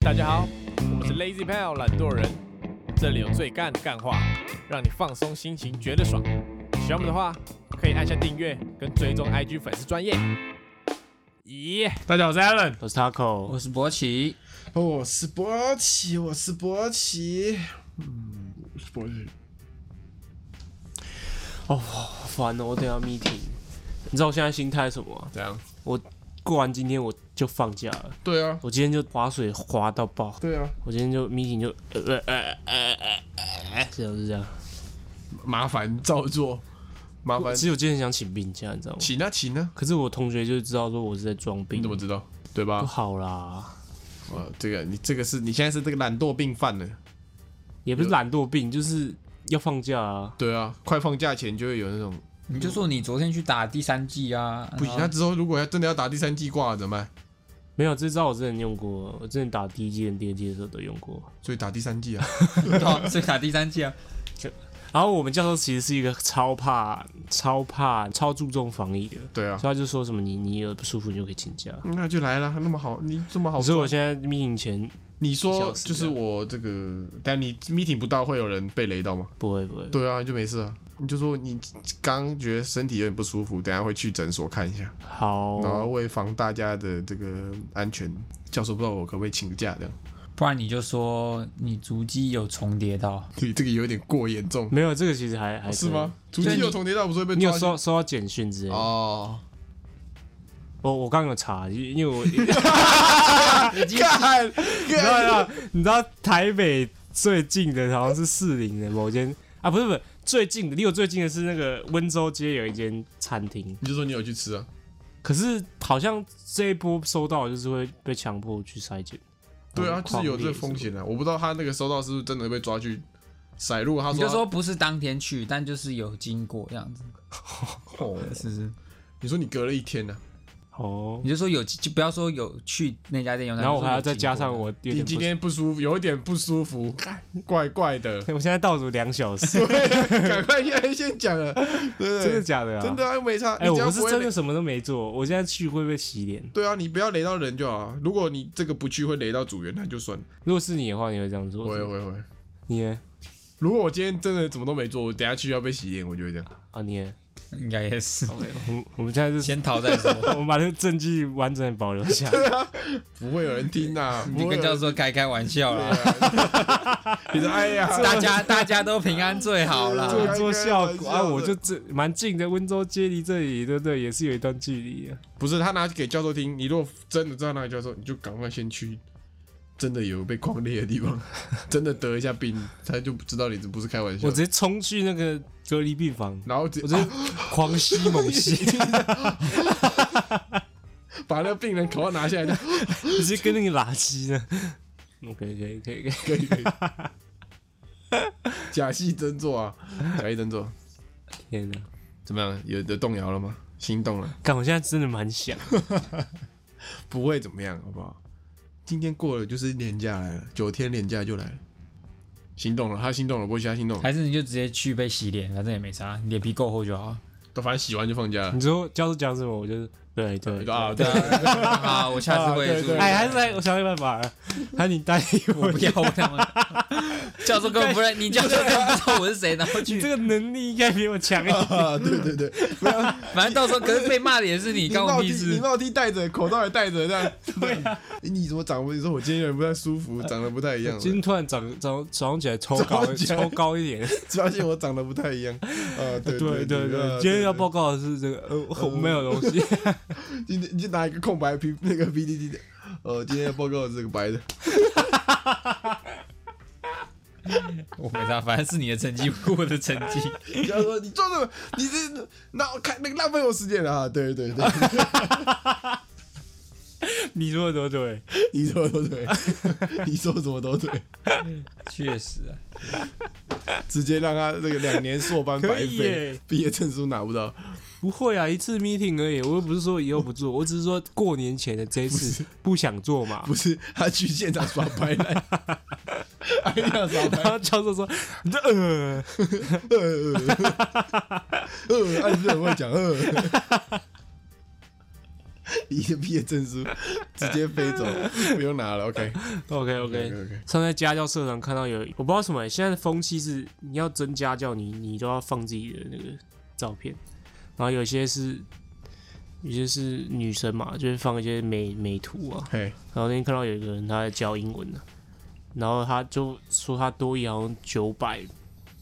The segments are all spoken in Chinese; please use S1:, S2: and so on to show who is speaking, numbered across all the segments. S1: 大家好，我们是 Lazy Pal 懒惰人，这里有最干的干话，让你放松心情，觉得爽。喜欢我们的话，可以按下订阅跟追踪 IG 粉丝专业。咦，大家好，我是 Alan。
S2: 我是 Taco，
S3: 我是博奇，
S4: 哦我是博奇，我是博奇，嗯，我是博奇。
S2: 好烦哦！我等一下 meeting，你知道我现在心态是什么吗？
S1: 这样，
S2: 过完今天我就放假了，
S4: 对啊，
S2: 我今天就划水划到爆，
S4: 对啊，
S2: 我今天就 meeting 就呃呃呃呃呃，这样是这样。
S4: 麻烦照做，麻烦
S2: 其实我今天很想请病假，你知道吗？
S4: 请啊请啊，
S2: 可是我同学就知道说我是在装
S4: 你
S2: 病
S4: 怎，么知道？对
S2: 不
S4: 吧？
S2: 好啦，
S4: 呃，这个你这个是你现在是这个懒惰病犯了，
S2: 也不是懒惰病，就是要放假啊。
S4: 对啊，快放假前就会有那种
S3: 你就说你昨天去打第三季啊，
S4: 嗯不行，那之后如果要真的要打第三季挂了怎么办？
S2: 没有，这招我之前用过，我之前打第一季跟第二季的时候都用过。
S4: 所以打第三季 啊，
S3: 然 后对，所以打第三季啊，
S2: 然后我们教授其实是一个超怕、超怕、超注重防疫的，
S4: 对啊，嗯
S2: 所以他就说什么你你有不舒服你就可以请假。
S4: 那就来了，那么好，你这么好
S2: 所以
S4: 做
S2: 我现在 meeting 前
S4: 你说
S2: 笑死
S4: 就是
S2: 了
S4: 我这个，但你 meeting 不到会有人被雷到吗？
S2: 不会不会，
S4: 对啊，你就没事啊。你就说你刚觉得身体有点不舒服，等一下会去诊所看一下，
S2: 好，
S4: 然后为防大家的这个安全，教授不知道我可不可以请假这样。
S3: 不然你就说你足迹有重叠到，
S4: 对，这个有点过严重，
S2: 没有这个其实还还
S4: 哦是吗？？足
S3: 对
S4: 迹
S3: 你
S4: 有重叠到不是会被
S2: 你有
S4: 抓
S2: 收收到简讯之类的？
S4: 哦？
S2: 我我刚刚有查，因因为 我 你知
S4: 看，
S2: 道你知道台北最近的好像是士林的某间啊，不是不是最近的，离我最近的是那个温州街有一间餐厅，
S4: 你就说你有去吃啊？
S2: 可是好像这一波收到的就是会被强迫去筛检。嗯
S4: 对啊，
S2: 然后
S4: 就是有这个
S2: 狂
S4: 风
S2: 烈什么
S4: 险啊。我不知道他那个收到是不是真的被抓去塞入，他
S3: 你
S4: 说
S3: 就
S4: 他
S3: 说不是当天去，但就是有经过这样子，
S4: 哦，
S3: 是不是？
S4: 你说你隔了一天呢、啊，
S2: 哦
S3: 你，就说有，就不要说有去那家店用，
S2: 然后我还要
S3: 就说有
S2: 再
S3: 经过
S2: 加上，我有
S4: 你
S2: 点
S4: 今
S2: 不
S4: 天不舒服，有一点不舒服，怪 怪的。
S2: 我现在倒数两小 时，
S4: 赶快现在先讲了，对不
S2: 真的
S4: 对？
S2: 假的啊？
S4: 真的啊，又没差。
S2: 哎、
S4: 你只
S2: 我
S4: 要
S2: 不是
S4: 会
S2: 真的
S4: 雷。
S2: 什么都没做，我现在去会不会洗脸？
S4: 对啊，你不要雷到人就好啊。如果你这个不去会雷到组员，那就算了。
S2: 如果是你的话，你会这样做？
S4: 会会会。
S2: 你呢？
S4: 如果我今天真的什么都没做，我等下去要被洗脸，我就会这样。
S2: 啊，你呢？
S3: 应该 也
S2: 哦
S3: 是
S2: 我我们现在是，
S3: 先逃再说。
S2: 我们把这个证据完整的保留下来。
S4: 不会有人听呐、
S3: 你
S4: 不会
S3: 跟
S4: 有
S3: 教
S4: 人
S3: 授开开玩 笑啦，
S4: 你说哎呀，
S3: 大家大家都平安最好啦。
S2: 做做效果啊啊，
S4: 开玩笑的
S2: 我就这蛮近的，温州街离这里，对不对？也是有一段距离啊。
S4: 不是他拿给教授听。你如果真的知道那个教授，你就赶快先去。真的有被狂裂的地方， 真的得一下病，他就知道你这不是开玩笑
S2: 我。直接冲去那个隔离病房，
S4: 然后啊直
S2: 我
S4: 接
S2: 直接狂吸猛 吸，
S4: 把那个病人口罩拿下来，就
S2: 直接跟那个垃圾 呢。嗯可以可以可以可以，
S4: 可以可以， 假戏真做啊，假戏真做，
S2: 天哪！
S4: 怎么样？有有动摇了吗？心动了？
S2: 干，我现在真的蛮想。
S4: 不会怎么样，好不好？今天过了就是年假来了，九天年假就来了，心动了，他心动了，波西他心动了，
S3: 还是你就直接去被洗脸，反正也没啥，你脸皮够厚就好。
S4: 都反正洗完就放假了
S2: 你。说教授讲什么，我就是对 对
S4: 你说啊，对，
S3: 啊，我下次会注意。
S2: 哎，还是来我想想办法 啊，还是你带
S3: 我
S2: 我
S3: 不要，我 他妈教授根本不认，你教授根本不知道我是谁，然后
S2: 你
S3: 去
S2: 这，个能力应该比我强一点。
S4: 啊，对对对，没有，
S3: 反正到时候可是被骂的也是你，
S4: 你
S3: 关我
S4: 帽 T
S3: 屁
S4: 你
S3: 事。
S4: 帽 T 戴着，口罩也戴着，这样，对啊，你怎么长不？你说我今天有点不太舒服，长得不太一样了，
S2: 今天突然早早早上起来抽高
S4: 早上起来
S2: 抽高一点，
S4: 发现我长得不太一样，啊， 对
S2: 对对对，
S4: 啊
S2: 今天要报告的是这个，呃，我没有东西，
S4: 今天你就拿一个空白 P 那个 PPT 的，呃，今天的报告是个白的，
S3: 我没啥，反正是你的成绩，不是我的成绩。
S4: 然后说你做什么？你这那我看那个浪费我时间了啊！对对对，
S2: 你说的都对，
S4: 你说的 都对，你说什么都对，
S3: 确实啊，
S4: 直接让他这个两年硕班白
S2: 可以
S4: 费
S2: 耶，
S4: 毕业证书拿不到，
S2: 不会啊，一次 meeting 而已，我又不是说以后不做，我只是说过年前的这一次不想做嘛。
S4: 不是他去现场耍白赖， 哎呀耍白
S2: 然后教授说， 呃，
S4: 呃呃，呃，按这很会讲呃。你的 毕业证书直接飞走，不用拿了。OK
S2: OK
S4: OK
S2: OK。
S4: OK，
S2: 上次在家教社团看到有，我不知道什么、欸现在的风气是你要真家教你，你都要放自己的那个照片，然后有些是有些是女生嘛，就是放一些美美图啊。
S4: 嘿，
S2: 然后那天看到有一个人他在教英文呢、然后他就说他多一好像九百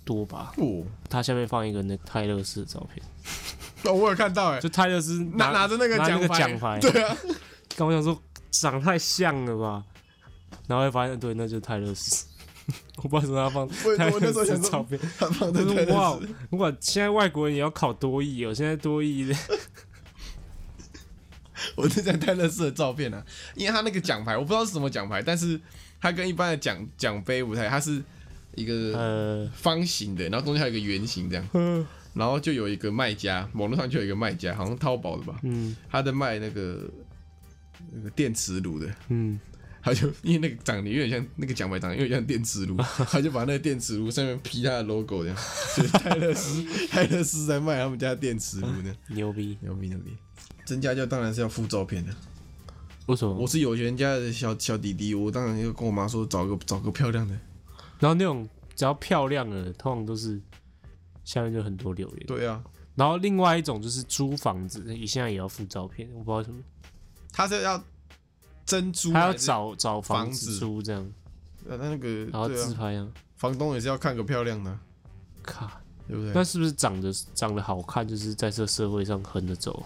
S2: 多吧，
S4: 哦，
S2: 他下面放一个那个泰勒斯的照片，
S4: 哦我有看到哎
S2: 就，泰勒斯
S4: 拿拿着那个
S2: 拿那
S4: 奖
S2: 个
S4: 牌，
S2: 奖牌，
S4: 对啊，
S2: 刚我想说长太像了吧，然后会发现对，那就是泰勒斯。 我不知道为什么
S4: 我
S2: 他
S4: 我
S2: 放泰
S4: 那
S2: 勒
S4: 时候
S2: 斯
S4: 想
S2: 的照
S4: 说，
S2: 片，
S4: 他放
S2: 我
S4: 在
S2: 说
S4: 那
S2: 哇
S4: 哇，
S2: 哦，如果现在外国人也要考多译哦，现在多译
S4: 我是在泰勒斯的照片啊，因为他那个奖牌我不知道是什么奖牌，但是他跟一般的奖奖杯不太，它是一个
S2: 呃，
S4: 方形的，然后中间还有一个圆形这样，
S2: 嗯
S4: 然后就有一个卖家，网络上就有一个卖家，好像淘宝的吧，
S2: 嗯
S4: 他在卖那个那个电磁炉的，
S2: 嗯，
S4: 他就因为那个长得有点像那个奖牌长得有点像电 磁炉，他就把那个电磁炉上面 P 他的 logo 这样，就是泰勒斯 泰勒斯在卖他们家的电磁炉呢，
S2: 牛逼，
S4: 牛逼牛逼！真家教当然是要附照片的，
S2: 为什么
S4: 我？是有钱人家的小小弟弟，我当然要跟我妈说找个找个漂亮的。
S2: 然后那种只要漂亮的，通常都是下面就很多留言。
S4: 对啊，
S2: 然后另外一种就是租房子，你现在也要附照片，我不知道为什么，
S4: 他是要珍珠，
S2: 他要找找房
S4: 房
S2: 子
S4: 子
S2: 租这样，
S4: 呃他那个
S2: 然后
S4: 对
S2: 自
S4: 啊，
S2: 拍啊，
S4: 房东也是要看个漂亮的啊，
S2: 卡。
S4: 对不对？
S2: 那是不是长得长得好看，就是在这社会上横着走？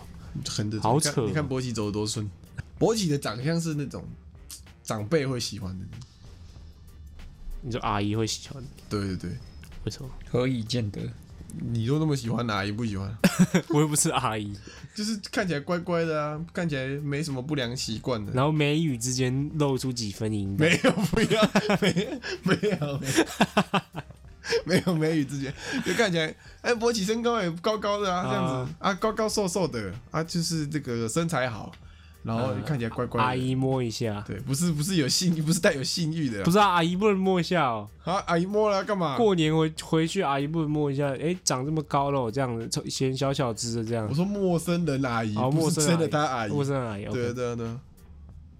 S4: 横的，
S2: 好
S4: 你看
S2: 扯哦
S4: 你看博奇走得多顺，博奇的长相是那种长辈会喜欢的，
S2: 你说阿姨会喜欢，
S4: 对对对。
S2: 为什么？
S3: 何以见 得？
S4: 你都那么喜欢，哪一不喜欢？
S2: 我又不是阿姨。
S4: 就是看起来乖乖的啊，看起来没什么不良习惯的。
S2: 然后眉宇之间露出几分银白，
S4: 没有，不要，没没有，没有眉宇之间，就看起来，哎，博起身高也高高的啊，这样
S2: 嗯
S4: 子啊，高高瘦瘦的啊，就是这个身材好，然后看起来乖乖
S2: 嗯阿
S4: 的。
S2: 姨摸一下，
S4: 对，不是不是有性欲，不是带有性欲的
S2: 不
S4: 啊。
S2: 是啊，阿姨不能摸一下哦。
S4: 啊，阿姨摸了干嘛？
S2: 过年回回去，阿姨不能摸一下，哎，长这么高了，这样子，从以前小小只的这样
S4: 我，说陌生人阿姨，
S2: 哦
S4: 不
S2: 陌
S4: 是
S2: 生
S4: 真的
S2: 阿姨
S4: 他阿姨。
S2: 陌生阿姨。
S4: 对啊对啊对啊，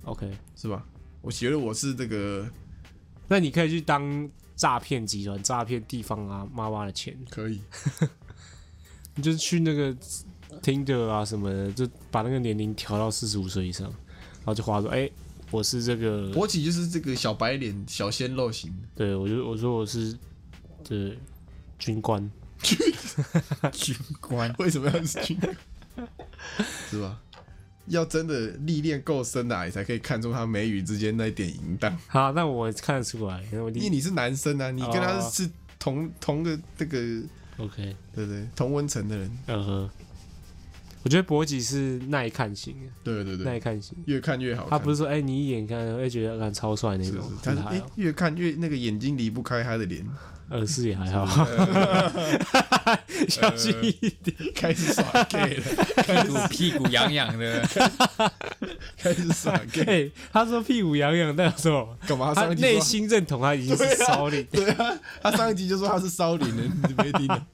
S2: OK，
S4: 是吧？我觉得我是这个
S2: 那你可以去当诈骗集团，诈骗地方啊妈妈的钱，
S4: 可以。
S2: 你就是去那个 Tinder 啊什么的，就把那个年龄调到四十五岁以上，然后就划说，哎、我是这个，
S4: 博起就是这个小白脸、小鲜肉型的。
S2: 对我就我说我是这军官，
S3: 军官，
S4: 为什么要是军官？是吧？要真的历练够深的、啊，你才可以看出他眉宇之间那一点淫荡。
S2: 好，那我看得出来，那我
S4: 因为
S2: 理
S4: 你是男生啊，你跟他
S2: 哦
S4: 是同同个这个，
S2: OK，
S4: 对对，同温层的人，
S2: 呃呵，我觉得博吉是耐看型的，
S4: 对对对，
S2: 耐看型，
S4: 越看越好看。
S2: 他不是说哎、你一眼看会觉得看超帅那
S4: 是
S2: 种
S4: 是，
S2: 是哦
S4: 他是
S2: 还
S4: 哎、
S2: 好，
S4: 越看越那个眼睛离不开他的脸，
S2: 耳饰也还好，小心一点。
S4: 开始耍 gay 了，
S3: 屁股屁股痒痒的，
S4: 开始耍 gay，
S2: 哎、他说屁股痒痒，但有什么？
S4: 干嘛？
S2: 他
S4: 上一集
S2: 内
S4: 说
S2: 心认同他已经是骚领，
S4: 对啊，他上一集就说他是骚灵的，你没听的。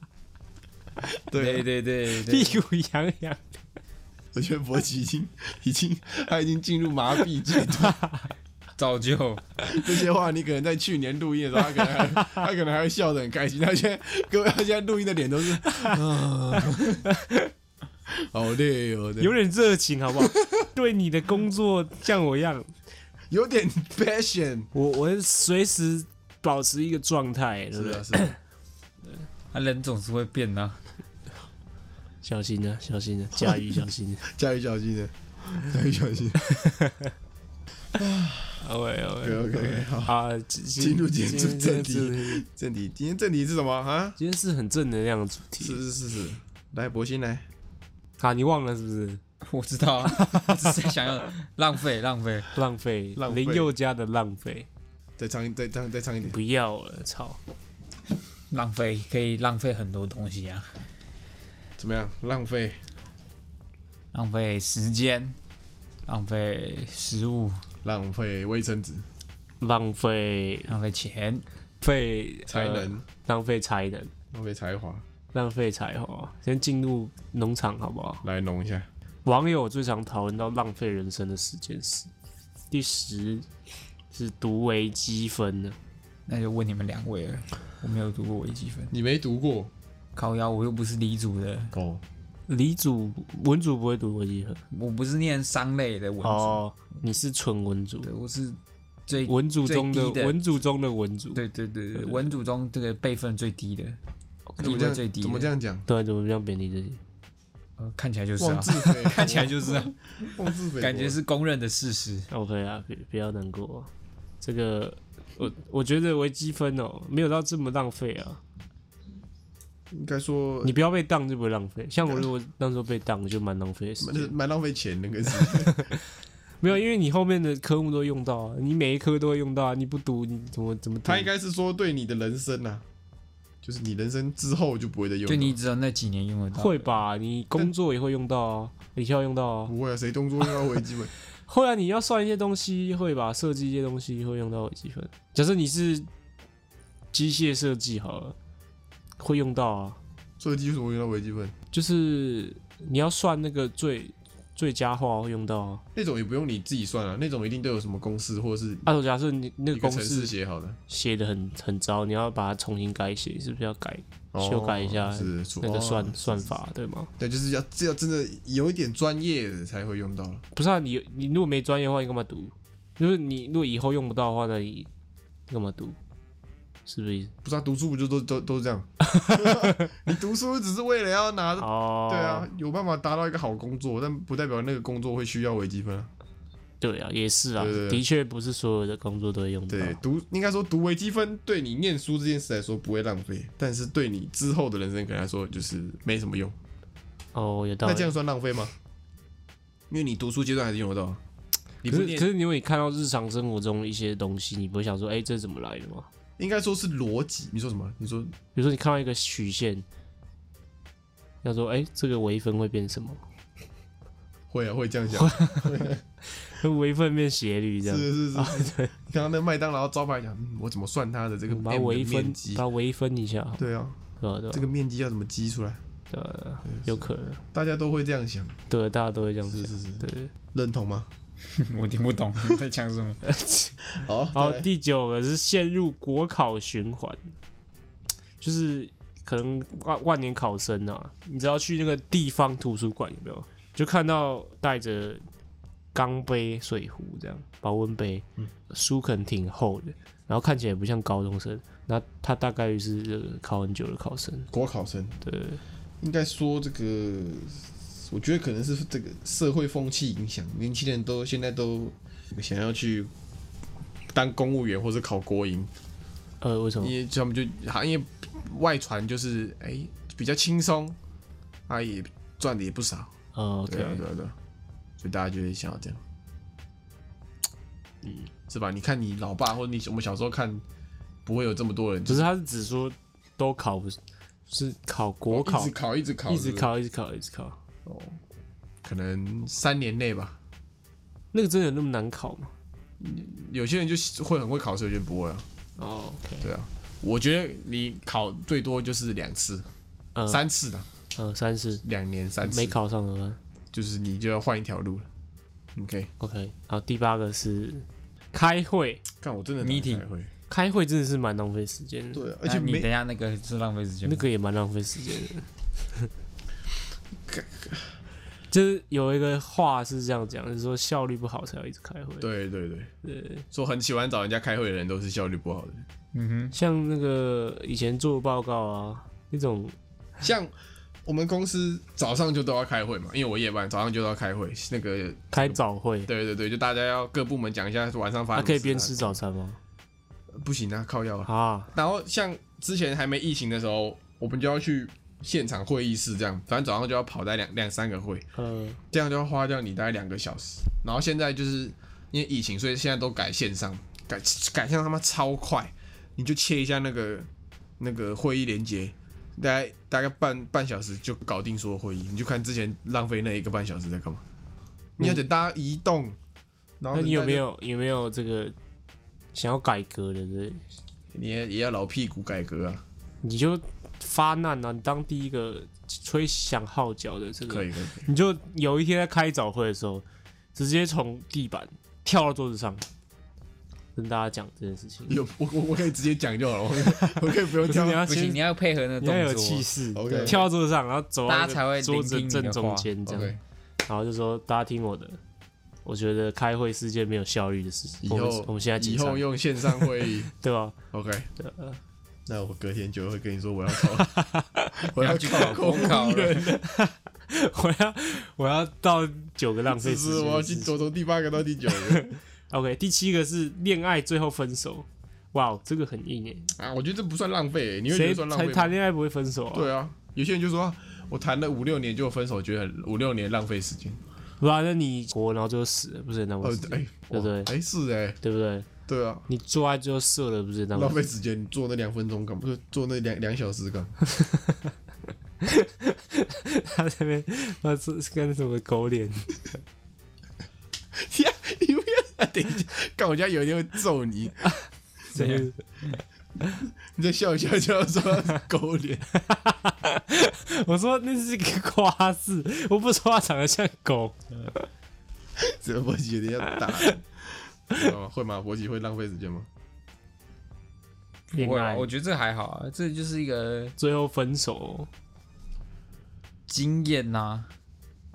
S4: 对
S3: 对
S4: 啊，
S3: 对对对，
S2: 屁股痒痒。
S4: 我觉得博奇已经已经他已经进入麻痹阶段。
S3: 造就
S4: 这些话，你可能在去年录音的时候，他可能还他可能还会笑得很开心。他现在各位，他现在录音的脸都是，啊，好累哦，
S2: 有点热情好不好？对你的工作像我一样，
S4: 有点 passion，
S2: 我我随时保持一个状态，对
S4: 是
S2: 不对
S4: 啊？是啊，
S3: 他啊人总是会变的啊。
S2: 小心啊，小心啊，驾驭小心。
S4: 加油小心的，加油小 心。
S2: OK OK，
S4: OK OK OK，好，
S2: 好，
S4: 进
S2: 进
S4: 入今天正正
S2: 今
S4: 题，正题，今天正题是什么啊？
S2: 今天是很正能量的主
S4: 是
S2: 题
S4: 是是是，来博鑫来，
S2: 啊！你忘了是不是？
S3: 我知道 啊，我只是想要浪费浪费。
S2: 浪费
S4: 浪费
S2: 林宥嘉的浪费，
S4: 再唱一再唱再唱一点，
S2: 不要了，操！
S3: 浪费可以浪费很多东西啊，
S4: 怎么样？浪费
S3: 浪费时间，浪费食物，
S4: 浪费卫生纸，
S2: 浪费
S3: 浪费钱，
S2: 费
S4: 才
S2: 呃
S4: 能
S2: 浪费才能，
S4: 浪费才华，
S2: 浪费才华。先进入农场好不好？
S4: 来弄一下。
S2: 网友最常讨论到浪费人生的十件事，第十是读微积分呢。
S3: 那就问你们两位了，我没有读过微积分，
S4: 你没读过
S3: 靠腰我又不是理组的，
S4: 哦，
S2: 理组文组不会读微积分
S3: 我不是念商类的文组，
S2: 哦，你是纯文组，
S3: 对，我是最
S2: 文组中的
S3: 最低的
S2: 文组中的文组，
S3: 对对对对，文组中这个辈分最低的，
S4: 怎
S3: 地
S4: 么这
S3: 位最
S4: 样？
S3: 低的，
S4: 怎么这样讲？
S2: 对，怎么这样贬低自己？
S3: 呃？看起来就是
S4: 妄
S3: 啊
S4: 自，菲薄，
S3: 看起来就是啊，
S4: 妄自菲薄，
S3: 感觉是公认的事实。
S2: OK 啊，别不要难过、啊。这个
S4: 嗯
S2: 我我觉得微积分哦，没有到这么浪费啊。
S4: 应该说
S2: 你不要被当就不会浪费。像
S4: 啊
S2: 我如果那时候被当，就蛮浪费的时
S4: 蛮
S2: 间。
S4: 蛮浪费钱那 个是。
S2: 没有，因为你后面的科目都用到啊，你每一科都会用到啊。你不读，你怎么怎么读？
S4: 他应该是说对你的人生呐、啊，就是你人生之后就不会再用了。
S3: 就你只有那几年用得到，
S2: 会吧？你工作也会用到啊，你需要用到啊。
S4: 不会啊，谁动作用到微积分？
S2: 后来你要算一些东西，会吧？设计一些东西会用到微积分。假设你是机械设计好了，会用到啊。
S4: 设计为什么会用到微积分？
S2: 就是你要算那个最最佳化会用到啊。
S4: 那种也不用你自己算啊，那种一定都有什么公式或者是
S2: 啊，我假设你那
S4: 一
S2: 个
S4: 个
S2: 公
S4: 程式
S2: 式
S4: 写好的，
S2: 写的很很糟，你要把它重新改写，是不是要改
S4: 哦
S2: 修改一下
S4: 是
S2: 那个算、
S4: 哦
S2: 算法，对吗？
S4: 对，就是要这要真的有一点专业的才会用到了。
S2: 不是啊，你你如果没专业的话，你干嘛读？就是你如果以后用不到的话，那你你干嘛读？是不是意思？
S4: 不是啊，读书不就都都都 这样？你读书只是为了要拿，
S2: 哦，
S4: 对啊，，有办法达到一个好工作，但不代表那个工作会需要微积分啊。
S2: 对啊，也是啊，
S4: 对对对
S2: 的确不是所有的工作都会用到。
S4: 对，读应该说读微积分对你念书这件事来说不会浪费，但是对你之后的人生可能来说就是没什么用。
S2: 哦，有道
S4: 那
S2: 理
S4: 这。样算浪费吗？因为你读书阶段还是用得到啊。你
S2: 可
S4: 不
S2: 是
S4: 念
S2: 可是，如果你看到日常生活中一些东西，你不会想说，哎、这怎么来的吗？
S4: 应该说是逻辑。你说什么？你说
S2: 比如说你看到一个曲线，要说，哎、这个微分会变什么？
S4: 会啊，会这样想。
S2: 微分变斜率这样。
S4: 是是是，刚刚那麦当劳招牌讲，嗯我怎么算它的这个
S2: 把
S4: M 哎的
S2: 微分
S4: 面积
S2: 把？微分一下，
S4: 对啊，
S2: 对吧？对
S4: 这
S2: 吧
S4: 个面积要怎么积出来？
S2: 对吧对吧有可能，
S4: 大家都会这样想，
S2: 对，大家都会这样
S4: 是
S2: 子。
S4: 是是，
S2: 对对，
S4: 认同吗？
S3: 我听不懂你在讲什么。
S4: 好，
S2: 好，
S4: 再来
S2: 第九个是陷入国考循环，就是可能万万年考生啊，你只要去那个地方图书馆，有没有？就看到带着钢杯、水壶这样保温杯，书可能挺厚的，然后看起来也不像高中生，那他大概率是这个考很久的考生。
S4: 国考生
S2: 对，
S4: 应该说这个，我觉得可能是这个社会风气影响，年轻人都现在都想要去当公务员或者考国营，
S2: 呃，为什么
S4: 因？为他们就行业外传就是哎、比较轻松，啊也赚的也不少，
S2: 呃
S4: 对啊
S2: ，OK，
S4: 对啊对啊，所以大家就会想要这样，嗯，是吧？你看你老爸或者你我们小时候看，不会有这么多人，
S2: 不是，他是指说都考，不是是考国
S4: 一
S2: 考
S4: 直，考一直考
S2: 一直
S4: 是不是
S2: 考，一直考，一直考。
S4: 哦，可能三年内吧。
S2: 那个真的有那么难考吗？
S4: 有些人就会很会考试，有些人不会啊。
S2: 哦，OK，
S4: 对啊，我觉得你考最多就是两次、
S2: 呃
S4: 三次的，
S2: 呃三十
S4: 两年三次，
S2: 没考上怎么办
S4: 就是你就要换一条路了。OK，
S2: ？OK，好，第八个是开会，
S4: 看我真的
S3: Meeting
S4: 会，
S2: 开会真的是蛮浪费时间的，
S4: 对啊啊，而
S3: 而
S4: 且
S3: 且你
S4: 没
S3: 等一下那个是浪费时间
S2: 那
S3: 吗，
S2: 个也蛮浪费时间的。就是有一个话是这样讲，就是说效率不好才要一直开会。
S4: 对对对，
S2: 对，
S4: 说很喜欢找人家开会的人都是效率不好的，
S3: 嗯
S2: 像那个以前做报告啊，那种
S4: 像。我们公司早上就都要开会嘛，因为我夜班，早上就都要开会。那个，
S2: 开早会，
S4: 对对对，就大家要各部门讲一下晚上
S2: 他、
S4: 发生什么事啊。
S2: 可以边吃早餐吗？
S4: 不行啊，靠药啊。
S2: 啊，
S4: 然后像之前还没疫情的时候，我们就要去现场会议室这样，反正早上就要跑大概两两三个会，
S2: 呃，
S4: 这样就要花掉你大概两个小时。然后现在就是因为疫情，所以现在都改线上，改改线上他妈超快，你就切一下那个那个会议连接。大概大概半半小时就搞定所有会议，你就看之前浪费那一个半小时在干嘛？你要等大家移动，然后
S2: 那你有没
S4: 有
S2: 有有没有这个想要改革的？对不对，
S4: 你也也要老屁股改革啊？
S2: 你就发难啊，你当第一个吹响号角的这个，
S4: 可以可以，
S2: 你就有一天在开早会的时候，直接从地板跳到桌子上，跟大家讲这件事情。
S4: 有我我我可以直接讲就好了，我可以我可以不用
S2: 不是
S4: 挑
S2: 你。要
S3: 不行，
S2: 先
S3: 你，要配合那个
S2: 你要有
S3: 动
S2: 气
S3: 作。
S2: 势，
S4: 啊 OK
S2: 对跳到桌子上，然后走到那
S3: 大家
S2: 个
S3: 才会
S2: 桌子
S3: 聆听你的
S2: 正中间这样，
S4: OK，
S2: 然后就说大家听我的，我觉得开会是件没有效率的事情。
S4: 以
S2: 我们
S4: 后
S2: 我们现在
S4: 以
S2: 紧
S4: 后
S2: 张，
S4: 用线上会议
S2: 对吧？
S4: ，OK，
S2: 对，呃
S4: 那我隔天就会跟你说我要考， 我
S3: 要
S4: 要
S3: 去
S4: 考
S3: 考
S4: 公
S3: 公考
S4: 务员了，
S2: 我要我要到九个浪费
S4: 是
S2: 时 间
S4: 是
S2: 的事情。
S4: 我要去走从第八个到第九个
S2: OK，第七个是恋爱最后分手。哇哦，这个很硬诶，
S4: 啊？我觉得这不算浪费，欸你会觉
S2: 谁
S4: 得算浪
S2: 才
S4: 费
S2: 谈
S4: 吗？
S2: 恋爱不会分手啊？
S4: 对啊，有些人就说啊我谈了五六年就分手，觉得很五六年浪费时间。
S2: 不啊然那你活然后就死了，不是很浪
S4: 呃
S2: 费时，间
S4: 哎，
S2: 哦对不对
S4: 哇哎是哎，
S2: 对不对？
S4: 对啊，
S2: 你做爱最后射了，不是很浪
S4: 浪
S2: 费
S4: 费时间，你做那两分钟干嘛？不是做那两两小时干嘛？
S2: 他在 那边，他是跟什么狗 脸？
S4: 呀，你不要等一下，看我家有一天会揍你。
S2: 这样
S4: 你再笑一笑，就要说 狗脸。
S2: 我说那是一个夸饰，我不说他长得像狗。
S4: 这个波奇有点要打人，知道吗？会吗？波奇会浪费时间吗？
S2: 恋
S3: 不会啊，
S2: 爱
S3: 我觉得这个还好啊，这就是一个
S2: 最后分手，
S3: 经验呐、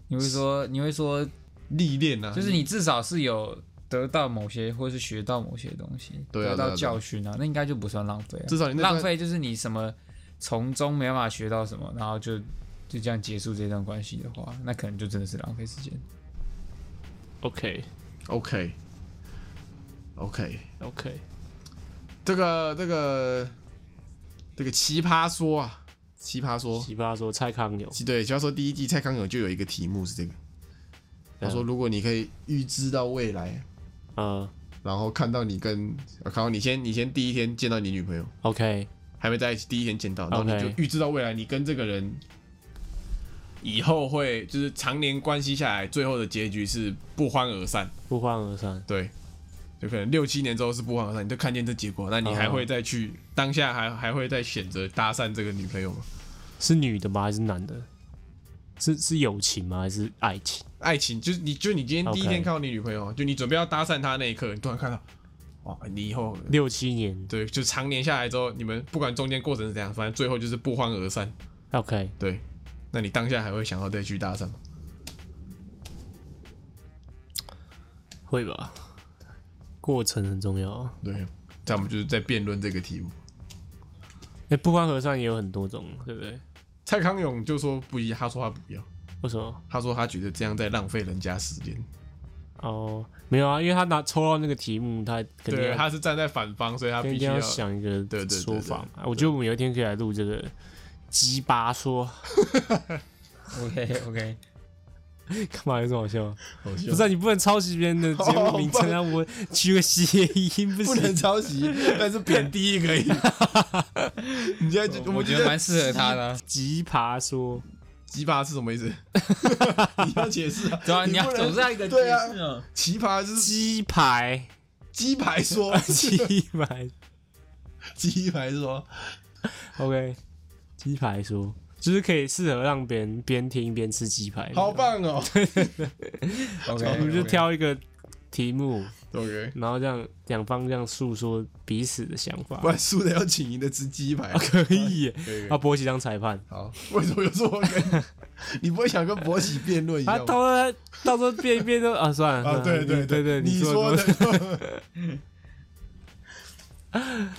S3: 你会说，你会说，
S4: 历练啊，
S3: 就是你至少是有得到某些，或是学到某些东西，
S4: 对啊对啊
S3: 得
S4: 对
S3: 到
S4: 啊
S3: 教训啊，那应该就不算浪费啊。
S4: 至少你那段
S3: 浪费就是你什么从中没办法学到什么，然后就就这样结束这段关系的话，那可能就真的是浪费时间。
S2: OK
S4: OK OK，
S2: OK，
S4: 这个这个这个奇葩说啊，奇葩说，
S2: 奇葩说蔡康永，
S4: 对，奇葩说第一季蔡康永就有一个题目是这个，他说如果你可以预知到未来，
S2: 呃
S4: 然后看到你跟，啊看到你先你先第一天见到你女朋友。
S2: OK，
S4: 还没在一起，第一天见到，然后你
S2: OK
S4: 就预知到未来，你跟这个人以后会就是常年关系下来，最后的结局是不欢而散。
S2: 不欢而散。
S4: 对，就可能六七年之后是不欢而散，你就看见这结果，那你还会再去、当下还还会再选择搭讪这个女朋友吗？
S2: 是女的吗？还是男的？是是友情吗？还是爱情？
S4: 爱情就是你就你今天
S2: OK
S4: 第一天看到你女朋友就你准备要搭讪她那一刻，你突然看到，哇，你以后
S2: 六七年
S4: 对，就常年下来之后，你们不管中间过程是怎样，反正最后就是不欢而散。
S2: ，OK，
S4: 对，那你当下还会想要再去搭讪吗？
S2: 会吧？过程很重要啊。
S4: 对，这样我们就是在辩论这个题目。
S2: 哎、不欢而散也有很多种，对不对？
S4: 蔡康永就说不一样，他说他不要，
S2: 为什么？
S4: 他说他觉得这样在浪费人家时间。
S2: 哦，没有啊，因为他拿抽到那个题目，他肯定
S4: 对，
S2: 要
S4: 他是站在反方，所以他
S2: 肯
S4: 必须
S2: 定
S4: 要
S2: 要想一个
S4: 对对对
S2: 说法嘛。
S4: 对
S2: 我觉得我们有一天可以来录这个鸡巴 说，
S3: OK OK，
S2: 干嘛有这么好笑啊？
S4: 好笑哦
S2: 不是啊、你不能抄袭别人的节目名称啊！我取个谐音不
S4: 不
S2: 行
S4: 能。抄袭，但是 贬低可以。你现在就
S3: 我
S4: 们
S3: 觉
S4: 就在
S3: 得蛮适合他 的啊。
S2: 鸡爬说，
S4: 奇葩是什么意思？你要解释啊！
S3: 对啊，你要
S4: 不能
S3: 走在一个
S4: 对啊
S3: 解释啊
S4: 奇葩就是
S2: 鸡排，
S4: 鸡排说，
S2: 鸡 排
S4: 鸡排说，
S2: ，OK，鸡排说，就是可以适合让别人边听边吃鸡排。
S4: 好！棒哦。
S3: OK，
S2: 我们就挑一个题目，
S4: OK，
S2: 然后这样两方这样诉说彼此的想法
S4: 不，然输的要请赢的吃鸡排。
S2: 可以 耶。
S4: 可以
S2: 啊，波奇当裁判，
S4: 好，为什么有时候我跟你不会想跟博喜辩论一
S2: 他
S4: 样吗？
S2: 到时候到时候变一变都啊，算了
S4: 啊，
S2: 算了
S4: 对对
S2: 对
S4: 对，
S2: 你
S4: 你
S2: 说
S4: 说
S2: 的都
S4: 的，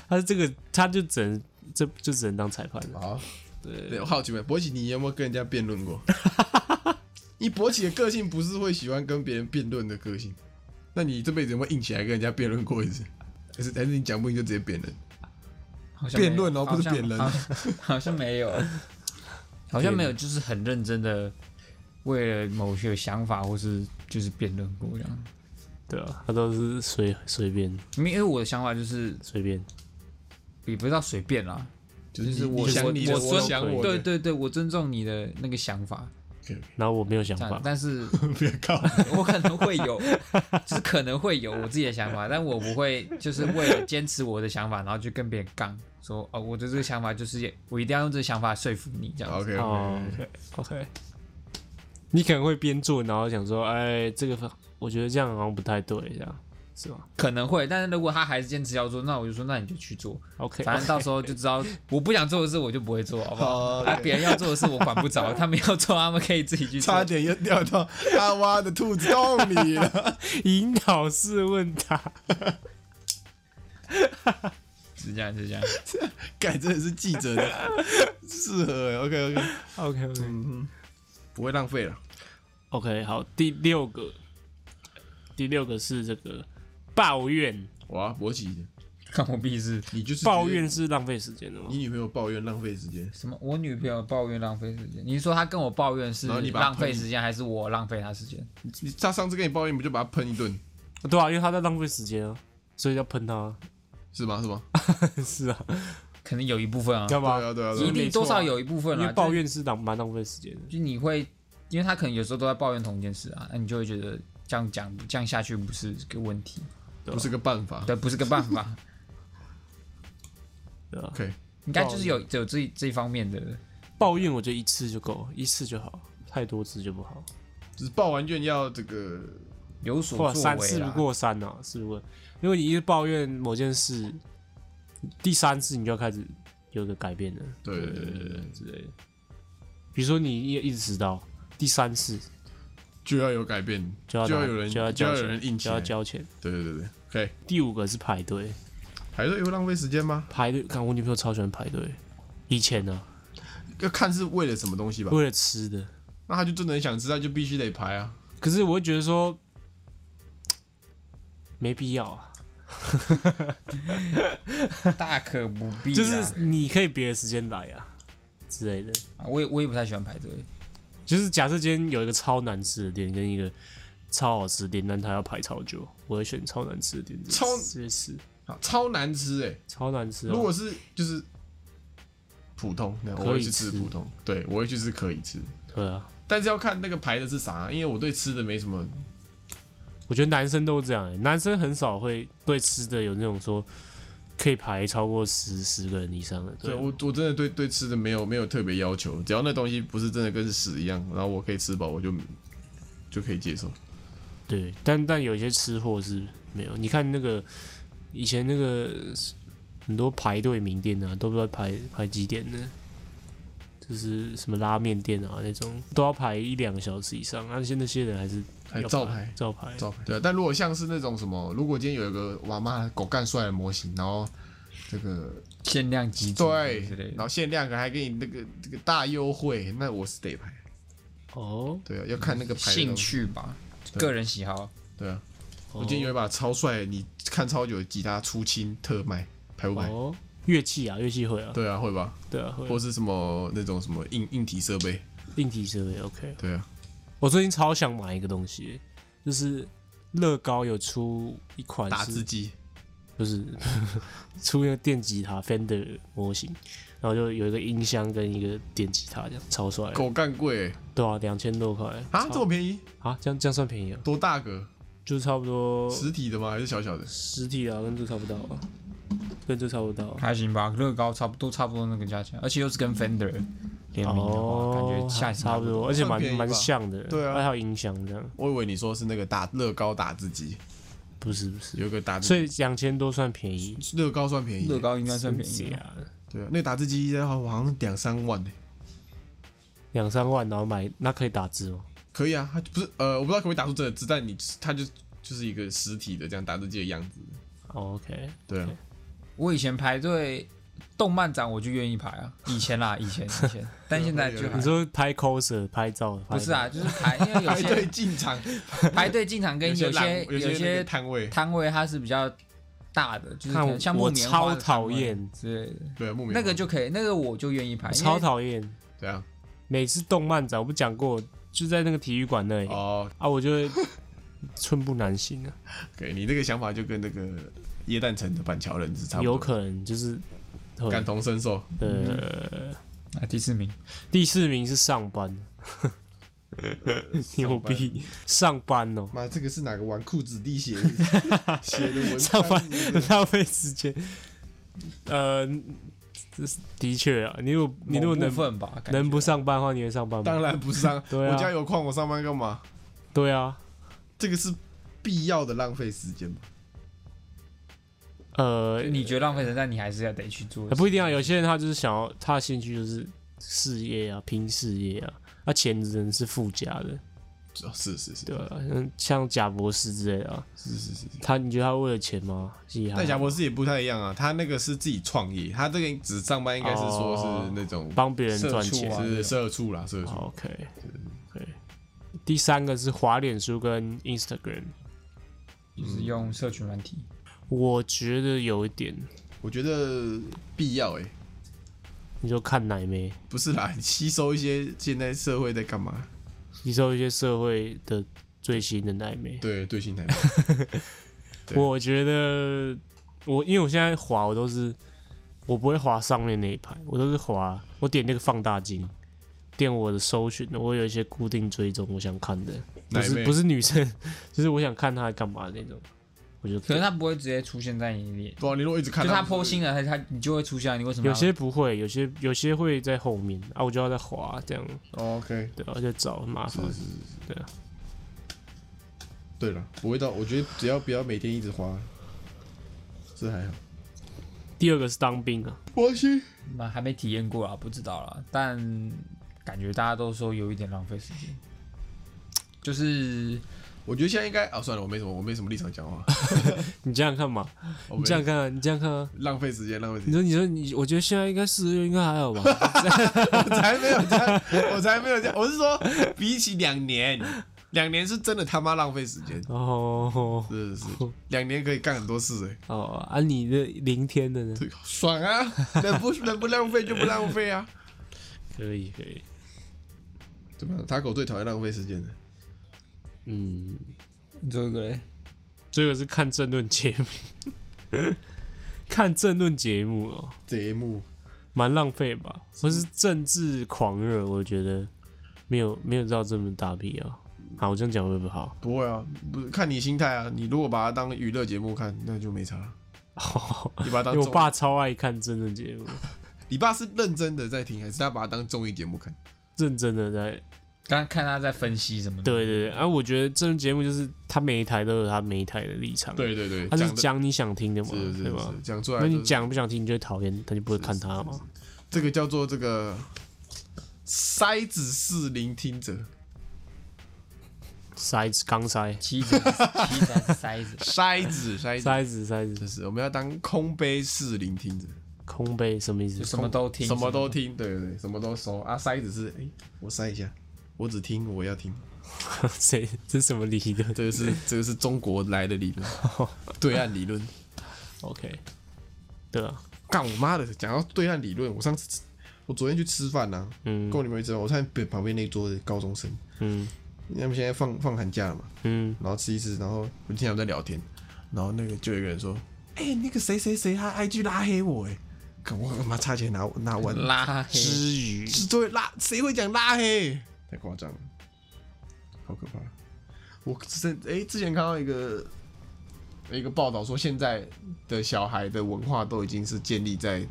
S2: 他这个他就只能这就只能当裁判了。
S4: 好，对，我好奇问博喜，你有没有跟人家辩论过？ 你博喜的个性不是会喜欢跟别人辩论的个性，那你这辈子有没有硬起来跟人家辩论过一次？还是还是你讲不赢就直接扁人？
S3: 好像没有
S4: 辩论哦不是
S3: 好像
S4: 扁人
S3: 好像好像 没有，好像没有，就是很认真的为了某些想法或是就是辩论过这样。
S2: 对啊，他都是随随便
S3: 因为因为我的想法就是
S2: 随便。
S3: 也不知道随便啦，
S4: 就是
S3: 就是
S4: 你
S3: 我
S4: 你想
S3: 我
S4: 你的，
S3: 我
S4: 我想我
S2: 对
S4: 的，
S3: 对对对，我尊重你的那个想法，
S2: 然后我没有想
S3: 但
S2: 法，
S3: 但是
S4: 别靠，
S3: 我可能会有， 就是可能会有我自己的想法，但我不会就是为了坚持我的想法，然后去跟别人杠，说哦，我的这个想法就是我一定要用这个想法说服你这样子。
S4: OK，
S2: 哦，OK，你可能会边做，然后想说，哎，这个我觉得这样好像不太对，这样是吧
S3: 可能会，但是如果他还是坚持要做，那我就说那你就 去做，
S2: ？OK，
S3: 反正到时候就知道我不想做的事我就不会做，好不好？
S4: 好
S3: 啊，，别人要做的事我管 不着，他们要做他们可以自己去做
S4: 差。点又掉到阿蛙的兔子洞里了。
S2: 引导式问答，
S3: 是这样，是这样。
S4: 改真的是记者的，适合 OK OK，
S2: OK OK
S4: 嗯，不会浪费了。
S2: OK，好，第六个，第六个是这个抱怨，
S4: 哇，博奇，
S3: 看我屁事。
S4: 你就是
S2: 抱怨是浪费时间的吗
S4: 你？女朋友抱怨浪费时间，
S3: 什么？我女朋友抱怨浪费时间。你是说她跟我抱怨是
S4: 然后你把她
S3: 浪费时间，还是我浪费她时间？
S4: 你她上次跟你抱怨，你不就把她喷一顿，
S2: 对啊，因为他在浪费时间啊，所以要喷他啊。
S4: 是吗？是吗？
S2: 是 啊，
S3: 可能有一部分啊
S2: 知，道
S4: 对
S2: 吗？
S4: 啊对啊对
S3: 一
S4: 啊，
S3: 定多少有一部分
S2: 因
S3: 啊。
S2: 为抱怨是浪蛮浪费时间的。
S3: 就你会，因为他可能有时候都在抱怨同一件事啊，那你就会觉得这样讲这样下去不是个问题，
S4: 不是个办法。
S3: 对，不是个办法，
S2: 对啊，
S4: OK，
S3: 应该就是有有这这一方面的。
S2: 抱怨我觉得一次就够，一次就好，太多次就不好。
S4: 就是抱完怨要这个
S3: 有所
S2: 或者
S3: 作
S2: 三
S3: 为
S2: 事不
S3: 啦，
S2: 过三啊，是不是？如果你一直抱怨某件事，第三次你就要开始有个改变了，
S4: 对对对对对
S2: 之类的。比如说你一一直迟到，第三次
S4: 就要有改变，
S2: 就要拿
S4: 有人
S2: 就要
S4: 就
S2: 交
S4: 要
S2: 钱
S4: 有人硬起
S2: 就
S4: 来
S2: 要。交钱。
S4: 对对对对，OK，
S2: 第五个是排队，
S4: 排队会浪费时间吗？
S2: 排队，看我女朋友超喜欢排队，以前呢、啊、
S4: 要看是为了什么东西吧。
S2: 为了吃的，
S4: 那他就真的很想吃，他就必须得排啊。
S2: 可是我会觉得说没必要啊，
S3: 大可不必
S4: 啊
S3: 啦。
S2: 就是你可以别的时间来啊之类的。
S3: 啊我也我也不太喜欢排队，
S2: 就是假设今天有一个超难吃的店跟一个超好吃的店，但它要排超久，我会选超难吃的店。
S4: 超
S2: 是是
S4: 啊超难吃哎、
S2: 超难吃、哦。
S4: 如果是就是普通，那我
S2: 可
S4: 会
S2: 以
S4: 去吃
S2: 吃
S4: 普通，对我会去吃可以吃，
S2: 对啊，
S4: 但是要看那个排的是啥，啊因为我对吃的没什么。
S2: 我觉得男生都这样、欸，男生很少会对吃的有那种说可以排超过十十个人以上的。
S4: 对
S2: 对啊
S4: 我，我真的对对吃的没有没有特别要求，只要那东西不是真的跟屎一样，然后我可以吃饱，我就就可以接受。
S2: 对，但但有一些吃货是没有。你看那个以前那个很多排队名店啊，都不知道排排几点呢？就是什么拉面店啊那种，都要排一两个小时以上。那些那些人还是
S4: 还
S2: 要
S4: 照排
S2: 照排
S4: 照对啊，但如果像是那种什么，如果今天有一个娃妈狗干帅的模型，然后这个
S3: 限量集中
S4: 对
S3: 之类，
S4: 然
S3: 的。
S4: 后限量还给你那个这个大优惠，那我是得排。
S2: 哦，
S4: 对啊，要看那个排的
S3: 兴
S4: 东西。
S3: 趣吧，
S4: 对
S3: 个人喜好。
S2: 嗯
S4: 对啊，
S2: 我
S4: 我今天有一把超帅，你看超久的吉他出清特卖，排不排？
S2: 哦，乐器啊，乐器会啊，
S4: 对啊，会吧？
S2: 对啊，会
S4: 或是什么那种什么硬硬体设备？
S2: 硬体设备 OK。
S4: 对啊，
S2: 我最近超想买一个东西，就是乐高有出一款
S4: 打字
S2: 是，
S4: 机。
S2: 不是 出一个电吉他 Fender 模型，然后就有一个音箱跟一个电吉他，这样超帅的，
S4: 狗干贵欸
S2: 对啊，两千多块
S4: 啊，这么便宜，
S2: 啊，这样这样算便宜啊，
S4: 多大个？
S2: 就是差不多
S4: 实体的吗？还是小小的？
S2: 实体啊，跟这差不到啊，跟这差不到啊、
S3: 还行吧，乐高差不多差不多那个价钱，而且又是
S2: 嗯
S3: 跟 Fender 联名的话，感觉下
S2: 哦差不多，而且
S4: 算
S2: 蛮
S4: 便宜
S2: 蛮
S4: 吧
S2: 像的，
S4: 对啊
S2: 还有音箱这样，
S4: 我以为你说是那个打乐高打字机，
S2: 不是不是，
S4: 有一个打字，
S2: 所以两千多算便宜，
S4: 乐高算便宜
S3: 乐
S4: 欸。
S3: 高应该 算便宜啊。
S2: 啊，
S4: 对啊，那个打字机好像两三万呢。
S2: 两三万然后买，那可以打字哦吗？
S4: 可以啊，它不是呃，我不知道可不可以打出真的字，但你它就就是一个实体的这样打字机的样子。
S2: 哦 OK，
S3: 哎
S4: 对啊，
S3: 我以前排队动漫展我就愿意排啊，以前 啦，以前以前，但现在就还
S2: 你说拍 coser 拍照，
S3: 不
S2: 不
S3: 是啊，就是排，因为有
S4: 排队
S3: 些
S4: 哎进场，
S3: 排队进场跟有些
S4: 些有
S3: 有
S4: 那个
S3: 些
S4: 摊位，
S3: 摊位它是比较大的，就是可
S2: 看
S3: 能
S2: 我
S3: 像
S2: 我
S3: 木棉花
S2: 超
S3: 的摊
S2: 讨
S3: 位
S2: 厌，
S3: 之类的，
S4: 对啊，木棉花啊
S3: 那个就可以，那个我就愿意排，
S2: 我
S3: 啊因
S2: 超
S3: 为
S2: 讨厌。
S4: 怎样？
S2: 每次动漫展我不讲过，就在那个体育馆那里
S4: 哦，
S2: 啊，我就会寸步难行啊。
S4: 给你这个想法就跟那个椰蛋城的板桥人是差不多，
S2: 有可能就是会
S4: 感同 身受。
S2: 呃，
S3: 啊第四名，
S2: 第四名是上班，牛逼！上班哦，
S4: 妈，这个是哪个纨绔子弟写的 写的文
S2: 上
S4: 章？
S2: 班
S4: 是不是
S2: 浪费时间。呃，这是的确啊，你如果你如果
S3: 某部
S2: 能
S3: 分吧，感觉
S2: 能不上班的话，你会上班吗？
S4: 当然不上，
S2: 对啊
S4: 我家有矿，我上班干嘛？
S2: 对啊，
S4: 这个是必要的浪费时间吧？
S2: 呃，
S3: 你觉得浪费时间，但你还是要得去做。
S2: 不一定啊，有些人他就是想要他的兴趣就是事业啊，拼事业啊，那钱只能是附加的，
S4: 哦是是是
S2: 对吧、嗯，像贾博士之类的、啊，
S4: 是是是。
S2: 他你觉得他为了钱吗？其实还
S4: 但贾
S2: 好
S4: 博士也不太一样啊，他那个是自己创业，他这个只上班应该是说是那种
S2: 哦帮别人
S3: 社
S2: 赚
S3: 畜
S2: 钱
S3: 啊，
S4: 是社畜啦，社畜。
S2: OK，对。第三个是滑脸书跟 Instagram，
S3: 就是用社群软体，
S2: 我觉得有一点，
S4: 我觉得必要哎、
S2: 你就看奶妹，
S4: 不是啦，吸收一些现在社会在干嘛？
S2: 吸收一些社会的最新的奶妹。
S4: 对对性态， 对
S2: 我觉得我因为我现在滑我都是我不会滑上面那一排，我都是滑我点那个放大镜，点我的搜寻，我有一些固定追踪我想看的，不
S4: 奶
S2: 是
S4: 妹
S2: 不是女生， 就是我想看她在干嘛的那种，我就
S3: 可是它不会直接出现在你脸，
S4: 对啊，你如果一直
S3: 就
S4: 看
S3: 是它
S4: 他
S3: 剖心了，它它你就会出现啊，你为什么要
S2: 有些不会，有些有些会在后面啊，我就要在滑这样，
S4: 哦，OK，
S2: 对啊，而且找很麻
S4: 是
S2: 烦
S4: 是。是，
S2: 对啊。
S4: 对了，不会到，我觉得只要不要每天一直花，这还好。
S2: 第二个是当兵啊，
S4: 我去，
S3: 那还没体验过啊，不知道啦。但感觉大家都说有一点浪费时间，就是
S4: 我觉得现在应该啊，算了，我没什么，我没什么立场讲 话，
S2: 你这样看嘛，
S4: 我
S2: 你
S4: 没
S2: 这样看啊，你这样看啊。
S4: 浪费时间，浪费时
S2: 你 说，
S4: 间，
S2: 你说，你，我觉得现在应该四个月应该还好吧？
S4: 我才没有这样，我才没有这样，我是说，比起两年，两年是真的他妈浪费时 间，
S2: 哦
S4: 是是是，两年可以干很多事哎、
S2: 哦啊，你的零天的呢？
S4: 对 爽啊，能不能不浪费就不浪费啊。
S2: 可以可以，
S4: 怎么样？塔狗最讨厌浪费时间的。
S2: 嗯，
S3: 这个
S2: 这个是看政论节目， 看政论节目哦，
S4: 节目
S2: 蛮浪费吧？不是政治狂热，我觉得没有没有到这么大必要。好，我这样讲会不会不好？
S4: 不会啊，不是看你心态啊。你如果把它当娱乐节目看，那就没差。你把它
S2: 因
S4: 当
S2: 为我
S4: 综
S2: 爸超爱看政论节目，
S4: 你爸是认真的在听，还是他把它当综艺节目看？
S2: 认真的在
S3: 刚刚看他在分析什么的，
S2: 对对对，啊，我觉得这种节目就是他每一台都有他每一台的立场，，
S4: 对对对，
S2: 他是
S4: 的
S2: 讲你想听的嘛，
S4: 是是
S2: 对吧
S4: 是？讲出来
S2: 那
S4: 都是。
S2: 你讲不想听，你就会讨厌，他就不会看他嘛。
S4: 这个叫做这个筛子式聆听者，
S2: 筛子，钢筛，
S3: 棋子，棋子还是塞子，
S4: 筛子筛子，
S2: 筛子，筛子，
S4: 就是我们要当空杯式聆听者，
S2: 空杯什么意思？
S3: 就什么都听，
S4: 什么都听，对对对，什么都收啊。筛子是哎、我筛一下，我只听我要听。
S2: 谁？这是什么理论
S4: 这个是这个是中国来的理 论，对岸理论。
S2: ？OK，对啊，
S4: 干我妈的！讲到对岸理论，我上次吃我昨天去吃饭呐、啊，
S2: 嗯
S4: 跟我女朋友一起吃饭，我看边旁边那一桌的高中生，
S2: 嗯
S4: 因为他们现在放放寒假了嘛，
S2: 嗯，
S4: 然后吃一吃，然后我就听他们在聊天，然后那个就有一个人说：“哎、那个谁谁谁他 IG 拉黑我哎、干我他妈差钱拿拿完
S3: 拉黑，
S2: 之余，
S4: 是对拉谁会讲拉黑？太夸张了，好可怕！我之前哎、之前看到一个一个报道说，现在的小孩的文化都已经是建立在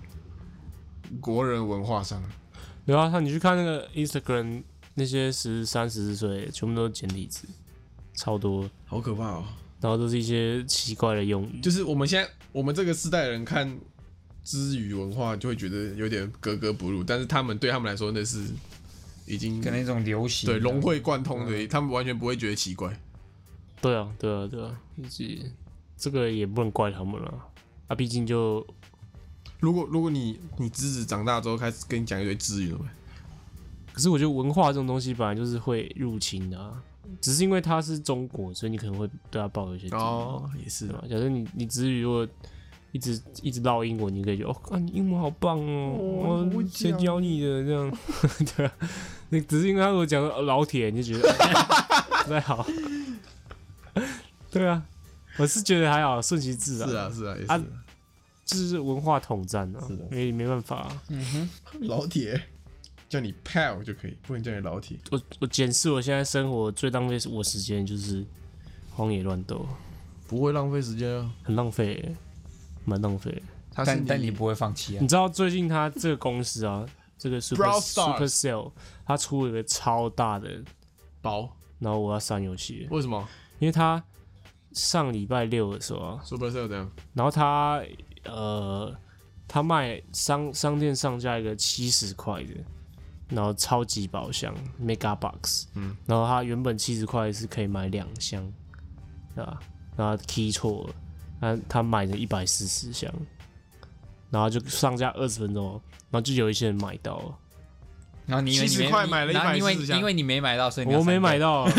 S4: 国人文化上了。
S2: 对啊，他你去看那个 Instagram，那些十三十四岁的，全部都是简体字，超多，
S4: 好可怕哦！
S2: 然后都是一些奇怪的用语，
S4: 就是我们现在我们这个世代的人看之语文化，就会觉得有点格格不入，但是他们对他们来说那是已经
S3: 跟那种流行的
S4: 对融会贯通的，他们完全不会觉得奇怪。
S2: 对啊，对啊，对啊，以及这个也不能怪他们了，啊，毕竟就
S4: 如果如果你你侄子长大之后开始跟你讲一堆之语怎么办？
S2: 可是我觉得文化这种东西本来就是会入侵的、啊，只是因为它是中国，所以你可能会对它抱有一些敌意，
S4: 哦，也是
S2: 对吧？假设你你子语如果一直一直唠英文，你可以觉得哦，啊，你英文好棒哦，
S4: 哦
S2: 哦
S4: 我
S2: 谁
S4: 讲
S2: 教你的这样？ 对啊，你只是因为他跟我讲哦老铁，你就觉得 不太好。 对啊，我是觉得还好，顺其自然，
S4: 是啊，是啊，也是、
S2: 啊这是文化统战啊
S4: 是的，
S2: 没没办法啊、
S4: 老铁，叫你 pal 就可以，不能叫你老铁。
S2: 我我检视我现在生活最浪费我时间就是荒野乱斗，
S4: 不会浪费时间啊，
S2: 很浪费欸，蛮浪费的。
S4: 他是
S3: 但但你不会放弃啊
S2: 你！知道最近他这个公司啊，这个 Super
S4: Brawl Stars
S2: Super Cell，他出了一个超大的，
S4: 薄，
S2: 然后我要删游戏了，
S4: 为什么
S2: 因为他上礼拜六的时候啊，
S4: ？Supercell 怎样？
S2: 然后他呃，他卖商商店上架一个七十块的，然后超级宝箱 Mega Box，嗯，然后它原本七十块是可以买两箱，对吧？然后他 key 错了，他他买了一百四十箱，然后就上架二十分钟哦，然后就有一些人买到哦了，
S3: 然后你以为你
S4: 70
S3: 没
S4: 块买了
S3: 然后因为
S4: 140箱
S3: 因为你没买到，所以你要
S2: 我没
S3: 删掉
S2: 买到哦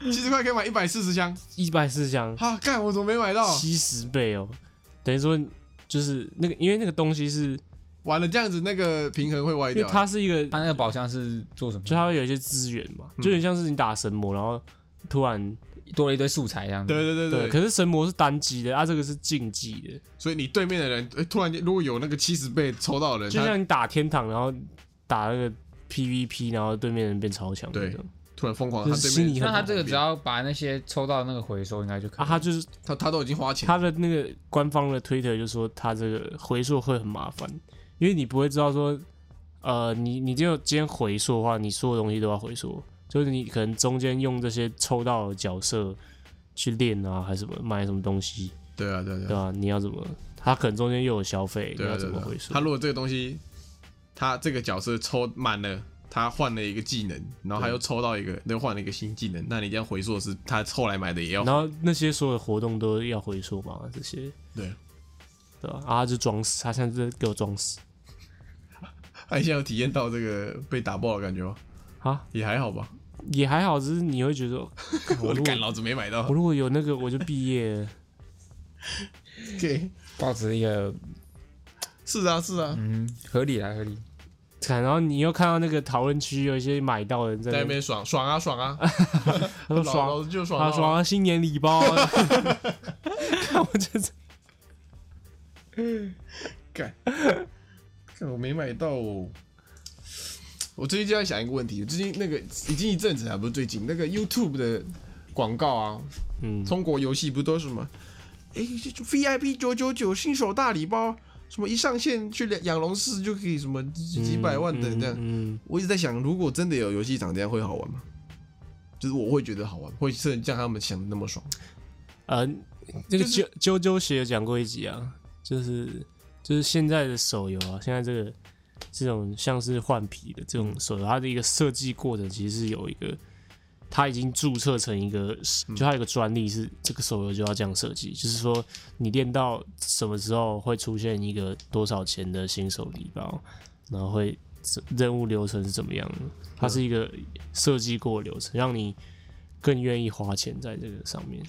S4: 七十块可以买一百四十箱，
S2: 一百四十箱，
S4: 哈、干我怎么没买 到？
S2: 七十倍哦，等于说就是那个，因为那个东西是，
S4: 完了，这样子那个平衡会歪
S2: 因为
S4: 掉。
S2: 它是一个
S3: 他那个宝箱是做什么？
S2: 就它会有一些资源嘛，就有点像是你打神魔，然后突然
S3: 多了一堆素材这样子。
S4: 对对对
S2: 对，可是神魔是单机的，啊，这个是竞技的，
S4: 所以你对面的人，哎，突然间如果有那个七十倍抽到的人，
S2: 就
S4: 他
S2: 像你打天堂，然后打那个 PVP，然后对面人变超强，
S4: 对突然疯狂，
S2: 就
S4: 他
S2: 是
S4: 对
S2: 心
S4: 面
S2: 里很
S3: 那他
S2: 啊，
S3: 这个只要把那些抽到的那个回收，应该就可以。
S2: 他就是
S4: 他他都已经花钱，
S2: 他的那个官方的推特就说他这个回溯会很麻烦，因为你不会知道说，呃，你你只有今天回溯的话，你所有东西都要回溯，就是你可能中间用这些抽到的角色去练啊，还是什么买什么东西，
S4: 对啊对啊
S2: 对
S4: 对啊
S2: 吧、你要怎么？他可能中间又有消费，你
S4: 对啊
S2: 要
S4: 对
S2: 怎
S4: 啊
S2: 么
S4: 对
S2: 回
S4: 啊。
S2: 溯
S4: 他？如果这个东西，他这个角色抽满了。他换了一个技能，然后他又抽到一个，又换了一个新技能，那你这样回溯是他后来买的也要
S2: 然后那些所有的活动都要回溯嘛，这些
S4: 对，
S2: 对吧、啊？他就装死，他现在在给我装死
S4: 他现在有体验到这个被打爆的感觉吗？
S2: 啊，
S4: 也还好吧。
S2: 也还好，只是你会觉 得，干
S4: 我
S2: 如
S4: 干，
S2: 果
S4: 老子没买到
S2: 我。如果有那个，我就毕业了。
S4: OK，
S3: 抱着一个
S4: 是啊是啊，
S3: 嗯，合理来合理。
S2: 看，然后你又看到那个讨论区有一些买到的人在
S4: 在
S2: 那
S4: 那
S2: 边，
S4: 边爽爽啊爽啊，
S2: 他说
S4: 老
S2: 爽，
S4: 老子就爽啊
S2: 他说啊新年礼包啊， 看我真是
S4: 看我没买到哦。我最近就在想一个问题，最近那个已经一阵子了，不是最近那个 YouTube 的广告啊，
S2: 嗯，
S4: 中国游戏不都是什么？哎、就 VIP 九九九新手大礼包，什么一上线去养龙寺就可以什么几几百万的这样。
S2: 嗯，嗯
S4: 我一直在想，如果真的有游戏厂这样会好玩吗？就是我会觉得好玩，会是像他们想的那么爽。
S2: 嗯呃，这个
S4: 就是
S2: 啾啾啾鞋有讲过一集啊，就是就是现在的手游啊，现在这个这种像是换皮的这种手游，它的一个设计过程其实是有一个，它已经注册成一个，
S4: 嗯
S2: 就它有一个专利是这个手游就要这样设计，就是说你练到什么时候会出现一个多少钱的新手礼包，然后会任务流程是怎么样的，它是一个设计过的流程，让你更愿意花钱在这个上面。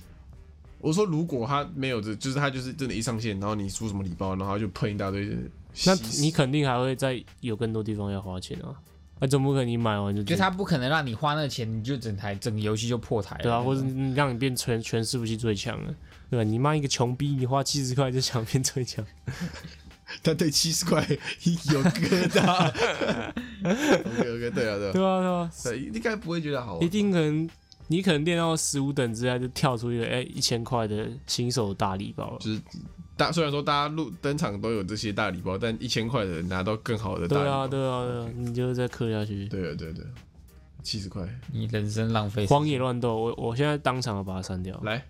S4: 我说，如果他没有这，就是他就是真的，一上线，然后你出什么礼包，然后就喷一大堆。
S2: 那你肯定还会再有更多地方要花钱啊，那总不可能你买完就
S3: 就他不可能让你花那个钱，你就整台整个游戏就破台了。
S2: 对啊，或者你让你变全全伺服器最强了，对吧？你妈一个穷逼，你花七十块就想变最 强，
S4: 他对七十块有疙瘩。OK OK，对啊对
S2: 对啊，
S4: 啊
S2: 对 啊，
S4: 对，应该不会觉得好啊
S2: 一
S4: 玩。
S2: 定可能你可能练到十五等之外就跳出一个哎一千块的新手大礼包了，
S4: 就是大虽然说大家入登场都有这些大礼包，但一千块的人拿到更好的大
S2: 对
S4: 礼
S2: 啊，
S4: 包。
S2: 对啊，对啊，你就再氪下去。
S4: 对啊对对，七十块
S3: 你人生浪费时间。
S2: 荒野乱斗，我我现在当场把它删掉。
S4: 来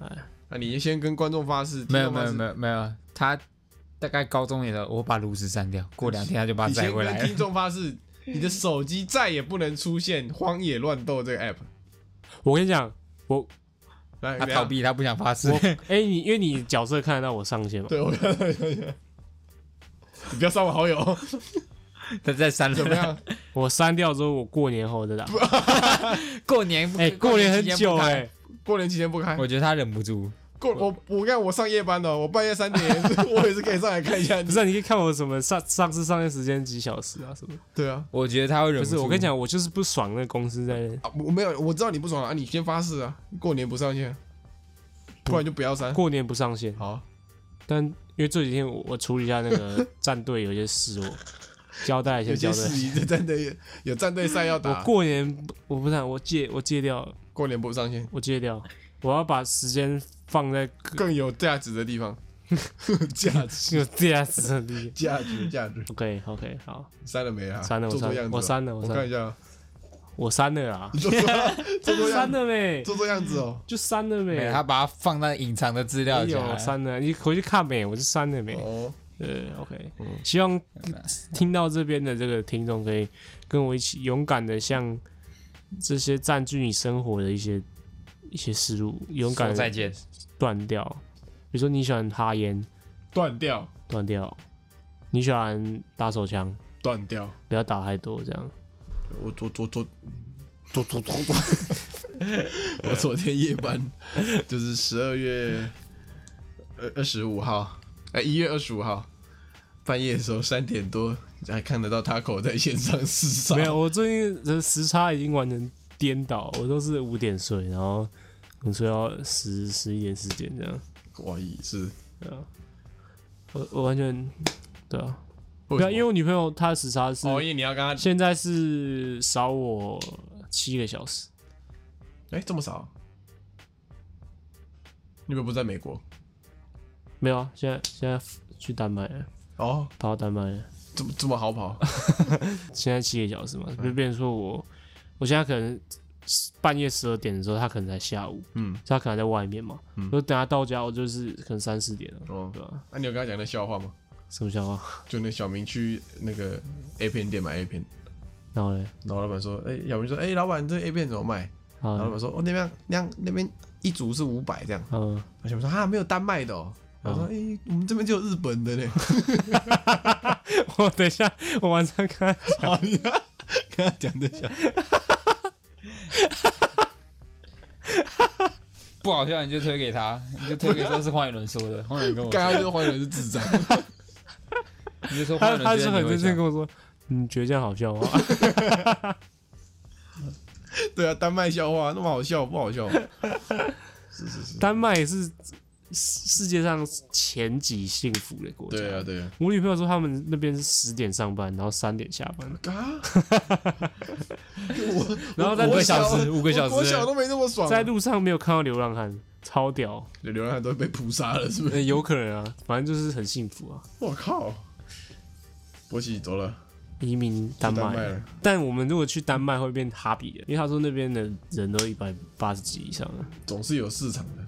S2: 哎。
S4: 那你先跟观众发誓，
S3: 没有
S4: 听众
S3: 没
S4: 发
S3: 有
S4: 誓
S3: 没有没有，他大概高中也的，我把炉石删掉，过两天他就把它
S4: 你
S3: 载
S4: 先
S3: 回来
S4: 跟听
S3: 了。
S4: 众发誓，你的手机再也不能出现《荒野乱斗》这个 app。
S2: 我跟你讲，
S4: 来，
S3: 他
S4: 怎样
S3: 逃。避，他不想发誓
S2: 我。哎、你因为你角色看得到我上线嘛，
S4: 对，我看到你你不要删我好友，
S3: 他再删了。
S4: 怎么样？
S2: 我删掉之后，我过年后再打。
S3: 过年不
S2: 哎、过年很
S3: 期间
S2: 久
S3: 不开
S2: 哎、
S4: 过年期间不开，
S3: 我觉得他忍不住。
S4: 过我我看我上夜班的，我半夜三点也 是我也是可以上来看一下。
S2: 不是啊、你可以看我什么上上次上线时间几小时啊什么？
S4: 对啊，
S3: 我觉得他会忍
S2: 不是，
S3: 住
S2: 我跟你，讲，我就是不爽那个公司在
S4: 啊我没有，我知道你不爽啊，你先发誓啊，过年不上线，不然就不要删。
S2: 过年不上线，
S4: 好，
S2: 但因为这几天我我处理一下那个战队有一些事哦，交代一下，
S4: 有
S2: 交
S4: 些
S2: 代
S4: 事啊
S2: 一下。
S4: 宜就战队有战队赛要
S2: 我
S4: 打，
S2: 过年我不是啊我戒我戒掉了，
S4: 过年不上线，
S2: 我戒掉了，我要把时间放在
S4: 更有价值的地 方，价值
S2: 有价值的地方。
S4: 价值 价值，
S2: OK OK，好，
S4: 删了没啊？
S2: 删了我
S4: 做做
S2: 删了
S4: 样子
S2: 我
S4: 哦，
S2: 删了我
S4: 我
S2: 删
S4: 看一
S2: 了
S4: 下哦，
S2: 我删了啦，
S4: 做做做做样
S2: 删
S4: 子，
S2: 了没？
S4: 做做样子哦。
S2: 就删了
S3: 没
S2: 没
S3: 有？他把它放在隐藏的资料
S2: 没
S3: 夹。
S2: 有删了，你回去看没？我是删了没？
S4: 哦，
S2: 对，OK，希望听到这边的这个听众可以跟我一起勇敢的向这些占据你生活的一些一些思路，勇
S3: 说
S2: 敢
S3: 再
S2: 的
S3: 见，
S2: 断掉。比如说你喜欢哈烟，
S4: 断掉
S2: 断掉；你喜欢打手枪，
S4: 断掉，
S2: 不要打太多，这样。
S4: 我昨昨昨
S2: 做做做，
S4: 我昨天夜班，就是十二月二二十五号，哎、一月二十五号半夜的时候三点多，还看得到 Taco 在线上厮杀。
S2: 没有，我最近的时差已经完全颠倒，我都是五点睡，然后可能睡到十十一点十点这样。
S4: 哇，也是，
S2: 对啊，我我完全对啊，
S4: 不
S2: 不要，因为我女朋友她的时差是
S4: 哦，因为你要跟他，
S2: 现在是少我七个小时，
S4: 哎、这么少，你们不是在美国？
S2: 没有啊，现在现在去丹麦了，
S4: 哦，
S2: 跑到丹麦了，
S4: 这么这么好跑？
S2: 现在七个小时嘛，
S4: 嗯
S2: 就变成说我我现在可能半夜十二点的时候，她可能才下午，
S4: 嗯，
S2: 她可能还在外面嘛，我等她到家，我就是可能三四点了，
S4: 哦
S2: 对，吧、
S4: 那、你有跟他讲那笑话吗？
S2: 什么笑话？
S4: 就那小明去那个 A 片店买 A 片，
S2: 然后嘞，
S4: 然后老板说，哎、小明说，哎、老板，这 A 片怎么卖？
S2: 好
S4: 然后老
S2: 嘞，
S4: 板说，哦，那边那样那边一组是五百这样。
S2: 嗯，
S4: 我想说啊，没有丹麦的哦。我说，
S2: 哦
S4: 哎、我们这边就有日本的嘞。
S2: 我等一下，我晚上看。
S4: 好，你看 跟他讲这些，
S3: 不好笑你就推给他，你就推给说是黄宇伦说的，黄宇伦跟我
S4: 刚刚
S3: 说，
S4: 就怀疑是智障。
S3: 你就说黄
S2: 他
S3: 宇
S2: 他
S3: 伦
S2: 是
S3: 真
S2: 很
S3: 的
S2: 认真
S3: 真
S2: 跟我说，你觉得这样好笑啊 吗？
S4: 对啊，丹麦笑话那么好笑，不好笑？
S2: 丹麦也是世界上前几幸福的国家。
S4: 对啊，对啊。
S2: 我女朋友说他们那边是十点上班，然后三点下班。
S4: 啊！我
S2: 然后在
S4: 我
S2: 五
S4: 国
S2: 个
S4: 小
S3: 小时五个小时
S4: 我国小都没那么爽啊，
S2: 在路上没有看到流浪汉，超屌。
S4: 流浪汉都会被扑杀了，是不
S2: 呃
S4: 是？
S2: 有可能啊，反正就是很幸福啊，
S4: 我靠！博奇走了，
S2: 移民丹
S4: 去
S2: 麦。
S4: 丹麦了
S2: 但我们如果去丹麦会变哈比人，因为他说那边的人都一百八十几以上了。
S4: 总是有市场的。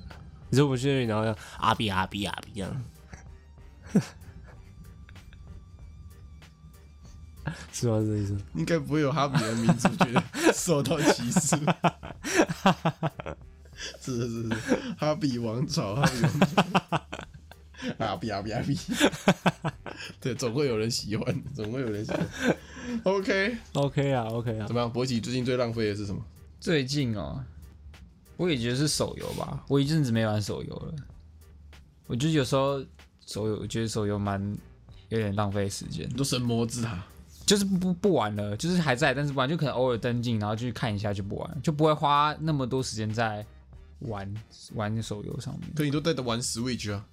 S2: 你说我们去那边，然后要阿比阿比阿比这 样，是吗？是这意思？
S4: 应该不会有哈比的民族 觉得受到歧视。是是是是，哈比王朝，哈比王朝，哈比哈比哈比，对，总会有人喜欢，总会有人喜欢。OK，
S2: OK 啊，OK 啊
S4: 怎，么样？博奇最近最浪费的是什么？
S3: 最近哦，我也觉得是手游吧，我一阵子没玩手游了。我就有时候手游，我觉得手游蛮有点浪费时间
S4: 你，说神魔之塔，
S3: 就是不不玩了，就是还在，但是不玩就可能偶尔登进，然后去看一下就不玩，就不会花那么多时间在玩玩手游上面。
S4: 可你都在玩 Switch 啊，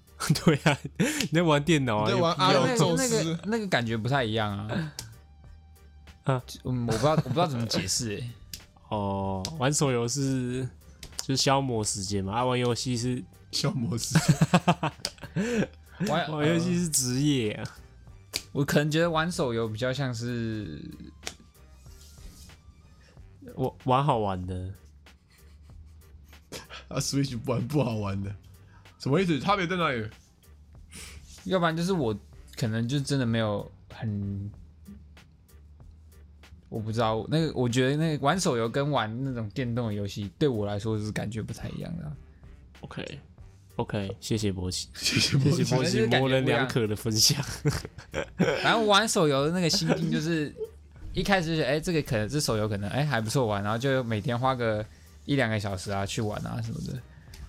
S2: 对啊，你在玩电脑啊？
S4: 你在玩
S2: 又
S4: 阿
S3: 那
S4: 勇宙
S3: 个那
S4: 斯
S3: 个，那个感觉不太一样啊。
S2: 啊
S3: 嗯，我不知道，我不知道怎么解释、欸。
S2: 哦，玩手游是就是消磨时间嘛，啊，玩游戏是
S4: 消磨时间。
S3: 玩
S4: 呃
S3: 呃
S2: 玩游戏是职业啊。
S3: 我可能觉得玩手游比较像是
S4: 呃
S2: 我玩好玩的，
S4: 啊，Switch 玩不好玩的，什么意思？差别在哪里？
S3: 要不然就是我可能就真的没有很，我不知道那个，我觉得那个玩手游跟玩那种电动的游戏对我来说是感觉不太一样的啊、
S2: OK OK，谢谢博 奇，
S4: 谢
S2: 谢
S4: 谢博
S2: 谢
S4: 奇，
S2: 博奇模棱两可的分享。
S3: 然后玩手游的那个心境就是，一开始就觉得哎、这个可能这手游可能哎、还不错玩，然后就每天花个一两个小时啊去玩啊什么的，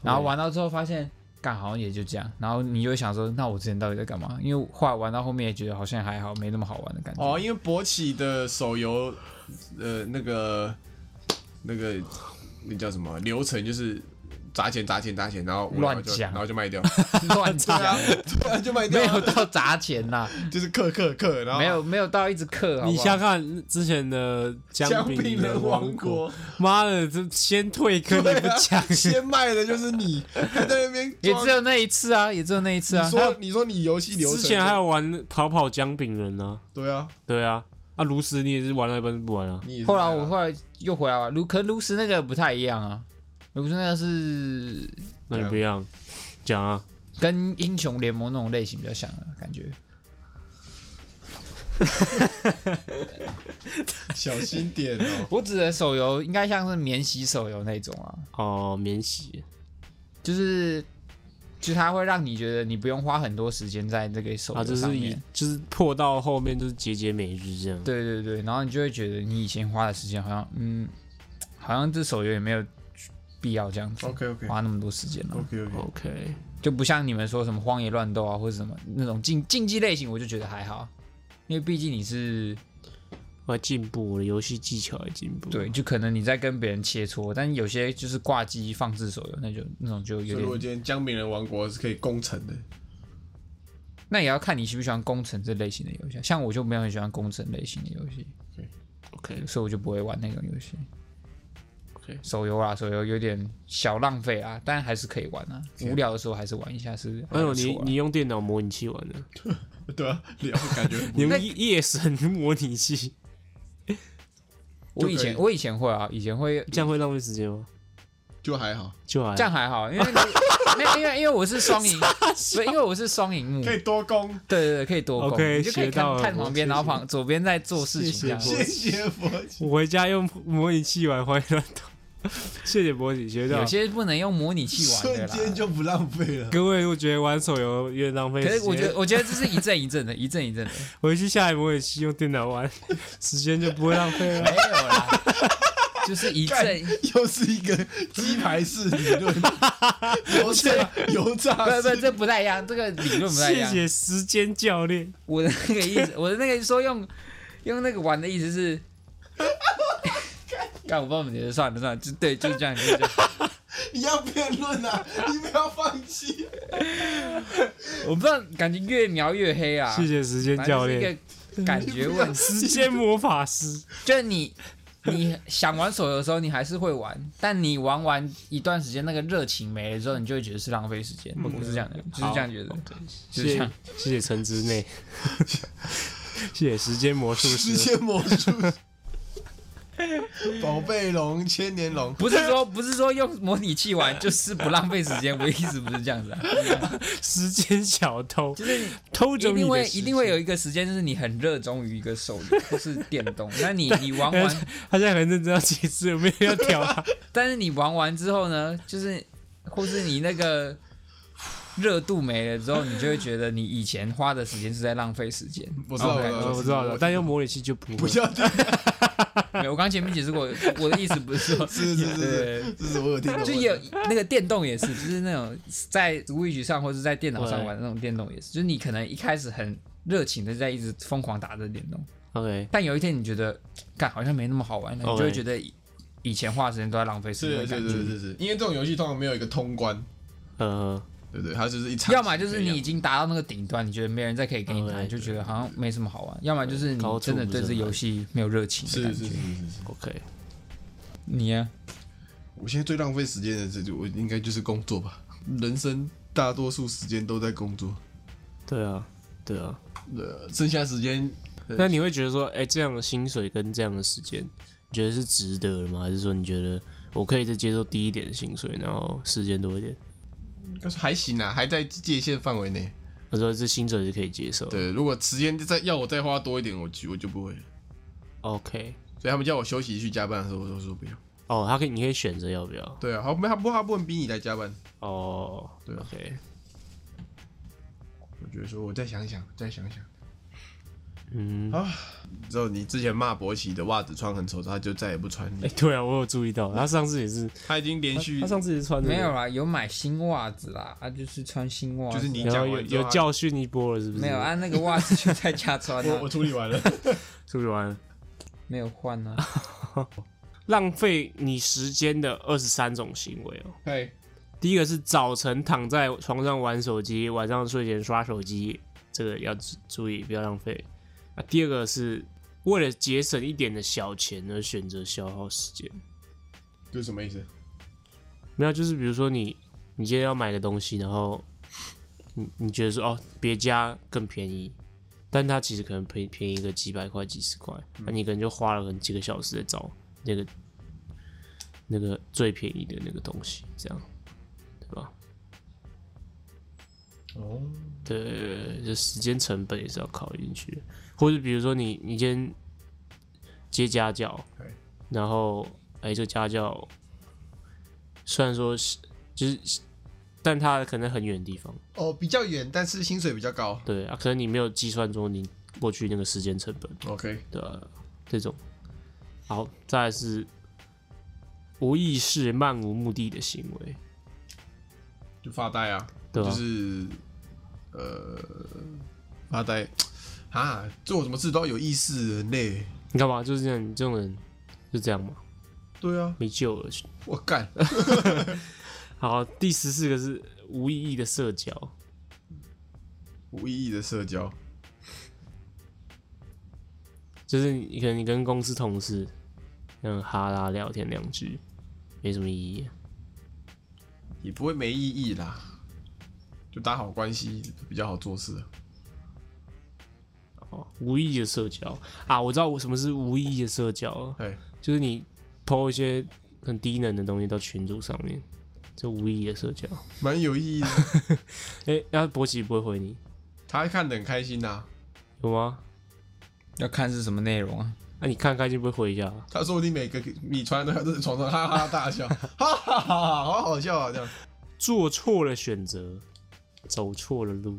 S3: 然后玩到之后发现，干好像也就这样，然后你就会想说，那我之前到底在干嘛？因为后来玩到后面也觉得好像还好，没那么好玩的感觉。
S4: 哦，因为博起的手游，呃，那个那个那叫什么流程，就是砸钱砸钱砸钱，然后无聊
S3: 乱
S4: 就
S3: 讲
S4: 然后就卖 掉，
S3: 乱
S4: 对啊
S3: 讲，
S4: 对啊就 卖掉
S3: 没
S4: 啊，
S3: 有到砸 钱啦，
S4: 就是克克克，然后
S3: 没有没有到一直克，好不好
S2: 你想想看之前的
S4: 姜
S2: 姜饼
S4: 人
S2: 王
S4: 王，国，
S2: 妈的，这先退坑你
S4: 对
S2: 不
S4: 啊
S2: 讲，
S4: 先卖的就是你，还在那边
S3: 也
S4: 装
S3: 只有那一次啊，也只有那一次啊
S4: 你。说你说你游戏流程
S2: 之前还有玩跑跑姜饼人呢、
S4: 对啊，
S2: 啊，对啊，啊炉石你也是玩了一半不玩啊，
S4: 你也是
S3: 后来
S4: 卖了
S3: 我后来又回来玩，卢可卢斯那个不太一样啊，卢斯那个是
S2: 那
S4: 啊
S2: 你不一样，讲啊，
S3: 跟英雄联盟那种类型比较像啊，感觉。
S4: 小心点哦，
S3: 我指的手游应该像是免洗手游那种啊，
S2: 哦免洗，
S3: 就是就是它会让你觉得你不用花很多时间在这个手
S2: 啊
S3: 游
S2: 就
S3: 上
S2: 是以
S3: 面。
S2: 就是破到后面就是节节每日这样，
S3: 对对对，然后你就会觉得你以前花的时间好像嗯，好像这手游也没有必要这样子
S4: OK 哦 OK
S3: 花那么多时间了。
S4: OK OK，
S2: ，OK，
S3: 就不像你们说什么荒野乱斗啊，或者什么那种竞竞技类型，我就觉得还好，因为毕竟你是
S2: 我还进步，我的游戏技巧也进步，
S3: 对，就可能你在跟别人切磋，但有些就是挂机放置手游，那就那种就
S4: 所以如
S3: 有
S4: 果
S3: 点，
S4: 今天姜饼人王国是可以攻城的，
S3: 那也要看你喜不喜欢工程这类型的游戏啊。像我就没有很喜欢工程类型的游戏，
S2: ，OK，
S3: 所以我就不会玩那种游戏。
S2: OK
S3: 手游啊，手游有点小浪费啊，但还是可以玩啊。无聊的时候还是玩一下是还
S2: 哎呦
S3: 不错
S2: 你
S3: 啊。
S2: 你用电脑模拟器玩的，
S4: 对啊，聊感觉
S2: 你
S3: 那
S2: 用夜 E，夜神 模拟器，
S3: 嗯我以前我以前会啊，以前会
S2: 这样会浪费时间吗？
S4: 就还好，
S2: 就还
S3: 这样还好，因为你没有因为因为我是双赢，不是因为我是双赢幕，
S4: 可
S3: 对
S4: 以多攻，
S3: 对对，可以多攻
S2: OK，
S3: 你就可以
S2: 学到了
S3: 看看旁边，
S2: 谢谢
S3: 然后旁左边在做事
S2: 谢谢
S3: 情这样。
S4: 谢谢佛
S2: 我回家用模拟器玩《荒野乱斗》， 谢谢博喜学
S3: 有
S2: 长。
S3: 些不能用模拟器玩的
S4: 瞬间
S3: 啦。
S4: 就不浪费了。
S2: 各位，我觉得玩手游有点浪费
S3: 可
S2: 时
S3: 是
S2: 间。
S3: 我觉得，我觉得这是一阵一阵的，一阵一阵的，
S2: 回去下载模拟器用电脑玩，时间就不会浪费了。
S3: 没有啦，就是一阵。
S4: 又是一个鸡排式理论， 油炸油
S3: 不
S4: 炸
S3: 不，
S4: 式，
S3: 这不太一样，这个理 论不太一
S2: 谢
S3: 样。
S2: 谢时间教练。
S3: 我的那个意思，我的那个说用用那个玩的意思 是，干我不知道怎么解释，算了算了，就对，就是这样，就是这样。
S4: 你要辩论啊，你不要放弃。
S3: 我不知道，感觉越描越黑啊。
S2: 谢谢时间
S3: 反正
S2: 教
S3: 就是
S2: 练，
S3: 一个感觉问题，
S2: 时间魔法师。
S3: 就是你你想玩手游的时候，你还是会玩，但你玩完一段时间，那个热情没了之后，你就会觉得是浪费时间。我是这样的，就是这样觉得，
S2: 谢嗯
S3: 就是这
S2: 谢
S3: 样。
S2: 谢谢城之 内，谢谢时间魔术
S4: 时
S2: 师。
S4: 间魔术，宝贝龙、千年龙，
S3: 不是说不是说用模拟器玩就是不浪费时间，我的意思不是这样 子啊，
S2: 时间小偷
S3: 就是你
S2: 偷走
S3: 一
S2: 你
S3: 定
S2: 的
S3: 会
S2: 时
S3: 一定会
S2: 间
S3: 有一个时间，就是你很热衷于一个手游或是电动，那你你玩完，
S2: 他现在很认真要解释，有没有要调他？
S3: 但是你玩完之后呢，就是或是你那个热度没了之后，你就会觉得你以前花的时间是在浪费时 间。
S4: 我知道，
S3: OK，
S2: 呃
S4: 我
S2: 我知道了，但
S4: 又
S2: 用模拟器就不
S4: 不
S2: 会。
S4: 要 听，
S3: 没有，我刚前面解释过，我的意思不是 说，
S4: 是是是
S3: 对
S4: 是，这是我有听懂。
S3: 就有那个电动也是，就是那种在 Switch 上或者在电脑上玩的那种电动也是，就是你可能一开始很热情的在一直疯狂打这电动，
S2: OK，
S3: 但有一天你觉得，干好像没那么好玩了，你就
S2: OK
S3: 会觉得以以前花的时间都在浪费时间的
S4: 是是
S3: 感
S4: 是
S3: 觉。
S4: 是是是，因为这种游戏通常没有一个通关，
S2: 呃，
S4: 对不对？它就是一场，啊
S3: 要么就是你已经达到那个顶端，你觉得没人再可以
S4: 哦
S3: 给你打，
S2: 对
S3: 你就觉得好像没什么好玩；要么就是
S2: 高
S3: 你
S2: 处
S3: 真的
S2: 不
S3: 对
S2: 胜
S3: 这游戏没有热情的
S4: 是
S3: 感
S4: 是是
S3: 觉
S4: 是。是。
S2: OK，
S3: 你啊，
S4: 我现在最浪费时间的事，我应该就是工作吧。人生大多数时间都在工作，
S2: 对啊，对啊。
S4: 呃，剩下时间
S2: 那你会觉得说，哎、这样的薪水跟这样的时间，你觉得是值得的吗？还是说你觉得我可以再接受低一点的薪水，然后时间多一点？
S4: 还行啊，还在界限范围内。
S2: 我说这薪水是可以接受的。
S4: 对，如果时间再要我再花多一点，我就我就不会了。
S2: OK，
S4: 所以他们叫我休息去加班的时候，我都说不要。
S2: 哦，他可以，你可以选择要不要。
S4: 对啊，好，没他不他不能逼你来加班。
S2: 哦，
S4: 对啊
S2: o k
S4: 我觉得说，我再想想，再想想。
S2: 嗯，
S4: 之后你之前骂博奇的袜子穿很丑，他就再也不穿
S2: 哎、
S4: 你。
S2: 对啊，我有注意到，他上次也是，
S4: 他已经连续
S2: 他上次也是穿的
S3: 没有，啦，有买新袜子啦，啊，就是穿新袜子，
S4: 就是啊你
S2: 然后
S4: 讲
S2: 有
S4: 完之后
S2: 有
S4: 他，
S2: 教训一波了，是不是？
S3: 没有，啊，那个袜子就在家 穿
S4: 我
S3: 啊
S4: 我，处理完了。
S2: 是不是完了？
S3: 没有换啊。
S2: 浪费你时间的二十三种行为哦。
S4: 嘿，
S2: 第一个是早晨躺在床上玩手机，晚上睡前刷手机，这个要注注意，不要浪费。那第二个是为了节省一点的小钱而选择消耗时间，
S4: 这是什么意思？
S2: 没有，就是比如说你你今天要买个东西，然后你你觉得说哦别家更便宜，但它其实可能便便宜个几百块、几十块，
S4: 嗯
S2: 那、你可能就花了可能几个小时在找那个那个最便宜的那个东西，这样对吧？
S4: 哦，
S2: 对，这时间成本也是要考虑进去的。或者比如说你你今天接家教
S4: 对，
S2: 然后哎、这个家教虽然说是就是，但它可能很远的地方，
S4: 哦，比较远，但是薪水比较高。
S2: 对啊，可能你没有计算出你过去那个时间成本
S4: OK，
S2: 的这种。好，再来是无意识、漫无目的的行为，
S4: 就发呆啊，
S2: 对吧、
S4: 就是呃发呆啊，做什么事都要有意识，很累。
S2: 你干嘛？就是这样，你这种人就这样嘛，
S4: 对啊，
S2: 没救了。
S4: 我干，
S2: 好，第十四个是无意义的社交，
S4: 无意义的社交。
S2: 就是你可能你跟公司同事嗯哈拉聊天两句，没什么意义、啊
S4: 也不会没意义啦，就打好关系比较好做事。啊
S2: 哦，无意义的社交啊，我知道我什么是无意义的社交了，
S4: 哎，
S2: 就是你抛一些很低能的东西到群组上面，这无意义的社交。
S4: 蛮有意义的，
S2: 哎、那博奇不会回你
S4: 他看得很开心呐、
S2: 有吗？
S3: 要看是什么内容啊。
S2: 那、你看开心不会回一下？
S4: 他说不定每个你传的都在床上哈哈大笑，哈哈哈哈，好好笑啊！这样
S2: 做错了选择，走错了路，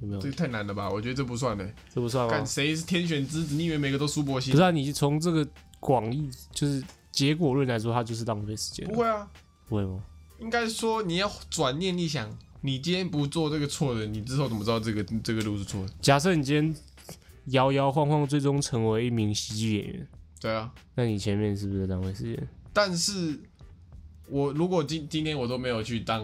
S2: 有没有
S4: 这？个太难了吧？我觉得这不算嘞。
S2: 这不算吗
S4: 看？谁是天选之子？你以为每个都苏博
S2: 哦不
S4: 西
S2: 是？啊，你从这个广义就是结果论来说，它就是浪费时间
S4: 不
S2: 了，
S4: 会啊，
S2: 不会吗？
S4: 应该说你要转念一想，你今天不做这个错的，你之后怎么知道这个这个路是错的？
S2: 假设你今天摇摇晃晃，最终成为一名喜剧演员，
S4: 对啊，
S2: 那你前面是不是浪费时间？
S4: 但是我如果今今天我都没有去当，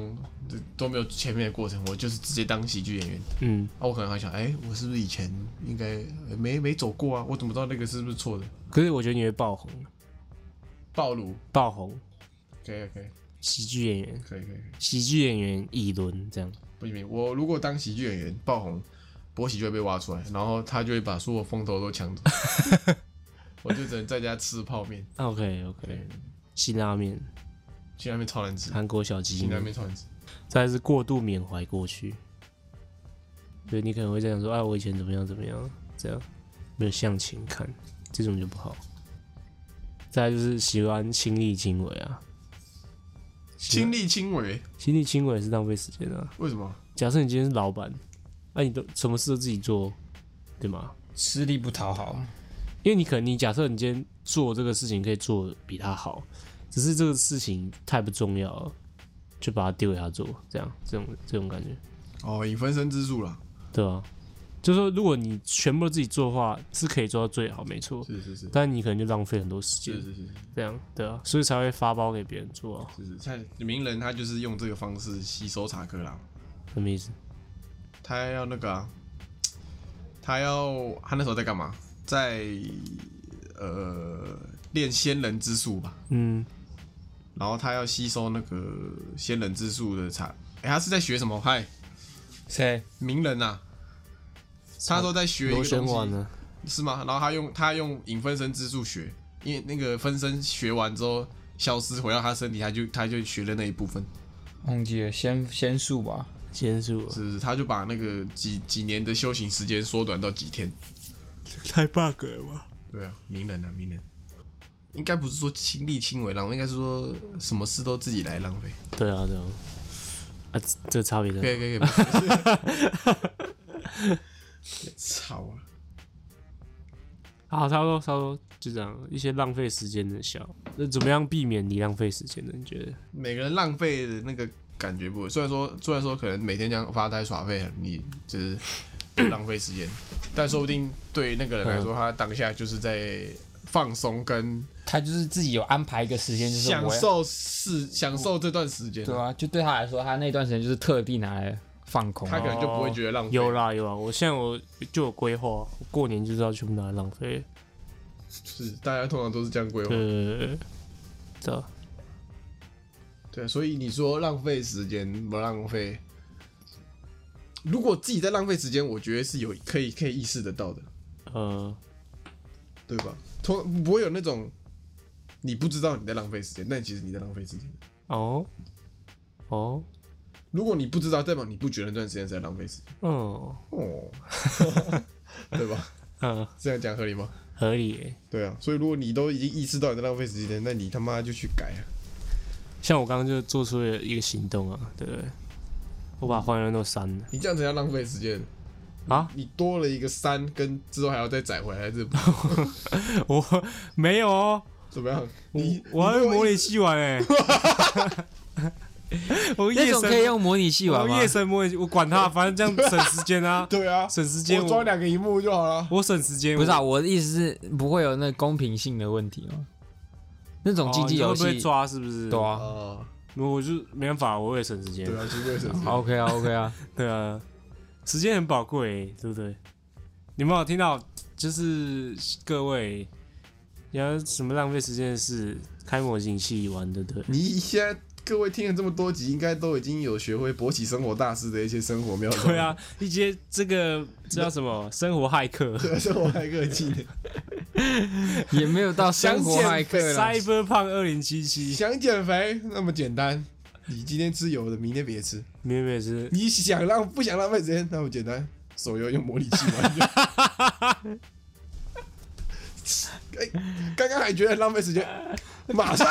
S4: 都没有前面的过程，我就是直接当喜剧演员。
S2: 嗯，
S4: 啊，我可能还想，哎、我是不是以前应该呃没没走过啊？我怎么知道那个是不是错的？
S2: 可是我觉得你会爆红，
S4: 暴露，
S2: 爆红
S4: 可以可以
S2: 喜剧演员，
S4: 可以可以，
S2: 喜剧演员一轮这样。
S4: 不行，我如果当喜剧演员爆红，博喜就会被挖出来，然后他就会把所有风头都抢走， 我就只能在家吃泡面，
S2: OK OK，
S4: 对
S2: 辛拉面，
S4: 辛拉面超难吃，
S2: 韩国小鸡
S4: 辛拉
S2: 面，
S4: 面超难吃，
S2: 再来是过度缅怀过去，所以你可能会这样说：“啊，我以前怎么样怎么样，这样没有向前看，这种就不好。”再来就是喜欢亲力亲为啊，喜欢
S4: 亲力亲为，
S2: 亲力亲为也是浪费时间啊。
S4: 为什么？
S2: 假设你今天是老板，那、你都什么事都自己做，对吗？
S3: 吃力不讨好，
S2: 因为你可能你假设你今天做这个事情可以做得比他好，只是这个事情太不重要了，就把它丢给他做，这样这种这种感觉，
S4: 哦，以分身之术啦，
S2: 对吧、就是说，如果你全部都自己做的话，是可以做到最好，没错。
S4: 是是是
S2: 但你可能就浪费很多时
S4: 是
S2: 间，
S4: 是是
S2: 这样对啊，所以才会发包给别人做啊，
S4: 是是，像名人他就是用这个方式吸收查克拉。
S2: 什么意思？
S4: 他要那个、啊，他要他那时候在干嘛？在呃练仙人之术吧，
S2: 嗯，
S4: 然后他要吸收那个仙人之术的茶。哎、他是在学什么？嗨，
S3: 谁？
S4: 名人呐、啊，他都在学一
S2: 螺
S4: 个
S2: 旋
S4: 东
S2: 丸
S4: 西，
S2: 呢？
S4: 是吗？然后他用他用影分身之术学，因为那个分身学完之后消失回到他身体，他就他就学了那一部分，
S3: 忘记了，仙仙术吧？
S2: 仙术啊
S4: 是不是？他就把那个几几年的修行时间缩短到几天。
S2: 太 bug 了吧？
S4: 对啊，名人啊，名人，应该不是说亲力亲为浪费，应该是说什么事都自己来浪费。
S2: 对啊，对啊，啊，这这差别在
S4: 可
S2: 哪
S4: 以可 以 可以。操啊！
S2: 好，差不多，差不多，就这样。一些浪费时间的小，那怎么样避免你浪费时间呢？你觉得？
S4: 每个人浪费的那个感觉不会，虽然说虽然说可能每天这样发呆耍废，你就是浪费时间，但说不定对那个人来说，他当下就是在放松跟
S3: 他就是自己有安排一个时间，就是
S4: 享
S3: 我要
S4: 受是享受这段时间
S3: 对，啊，就对他来说，他那段时间就是特地拿来放空。啊
S4: 他可能就不会觉得浪费。
S2: 有啦有啦，啊我现在我就有规划，我过年就是要全部拿来浪费。
S4: 是大家通常都是这样规划。
S3: 啊
S2: 呃，对啊，
S4: 对，啊所以你说浪费时间不浪费？如果自己在浪费时间，我觉得是有可以可以意识得到的，
S2: 呃，
S4: 对吧？通不会有那种你不知道你在浪费时间，但其实你在浪费时间。
S2: 哦，哦，
S4: 如果你不知道，代表你不觉得那段时间是在浪费时间，
S2: 嗯，
S4: 哦，对吧？
S2: 嗯，
S4: 这样讲合理吗？
S2: 合理耶。
S4: 对啊，所以如果你都已经意识到你在浪费时间，那你他妈就去改啊！
S2: 像我刚刚就做出了一个行动啊，对不对？我把还原都删了
S4: 你这样子要浪费时间，
S2: 啊！
S4: 你多了一个山，跟之后还要再载回来，这不
S2: 我没有哦，
S4: 怎么样？
S2: 我
S4: 你，
S2: 我还用模拟器玩 哎、我
S3: 那
S2: 夜
S3: 种
S2: 神
S3: 可以用模拟器玩
S2: 我
S3: 吗
S2: 夜？神模拟器，我管它，反正这样省时间啊
S4: 对啊，
S2: 省时间
S4: 我装两个荧幕就好了。
S2: 我省时间。
S3: 不是啊，我的意思是不会有那公平性的问题吗？那种
S2: 哦
S3: 竞技
S2: 你
S3: 游
S2: 会不
S3: 戏
S2: 会，抓？是不是？
S3: 对，啊
S4: 哦，
S2: 我就没办法，我会省时间
S4: 对。啊，是为什么？
S3: 好，OK 啊，OK 啊，
S2: 对啊，时间很宝贵、对不对？你们有听到？就是各位，你要什么浪费时间的事，开模型器玩，对不对？
S4: 你现在各位听了这么多集，应该都已经有学会勃起生活大师的一些生活妙招。
S3: 嗯
S2: 对，啊，一些这个这叫什么生活骇客
S4: 对啊，生活还个技能。
S3: 也没有到生 活骇客啦。
S2: ，Cyberpunk 二零七七，
S4: 想减肥那么简单，你今天吃油的，明天别吃。
S2: 明明是
S4: 你想浪不想浪费时间，那么简单，手游用模拟器玩就。哎，刚刚还觉得浪费时间，马上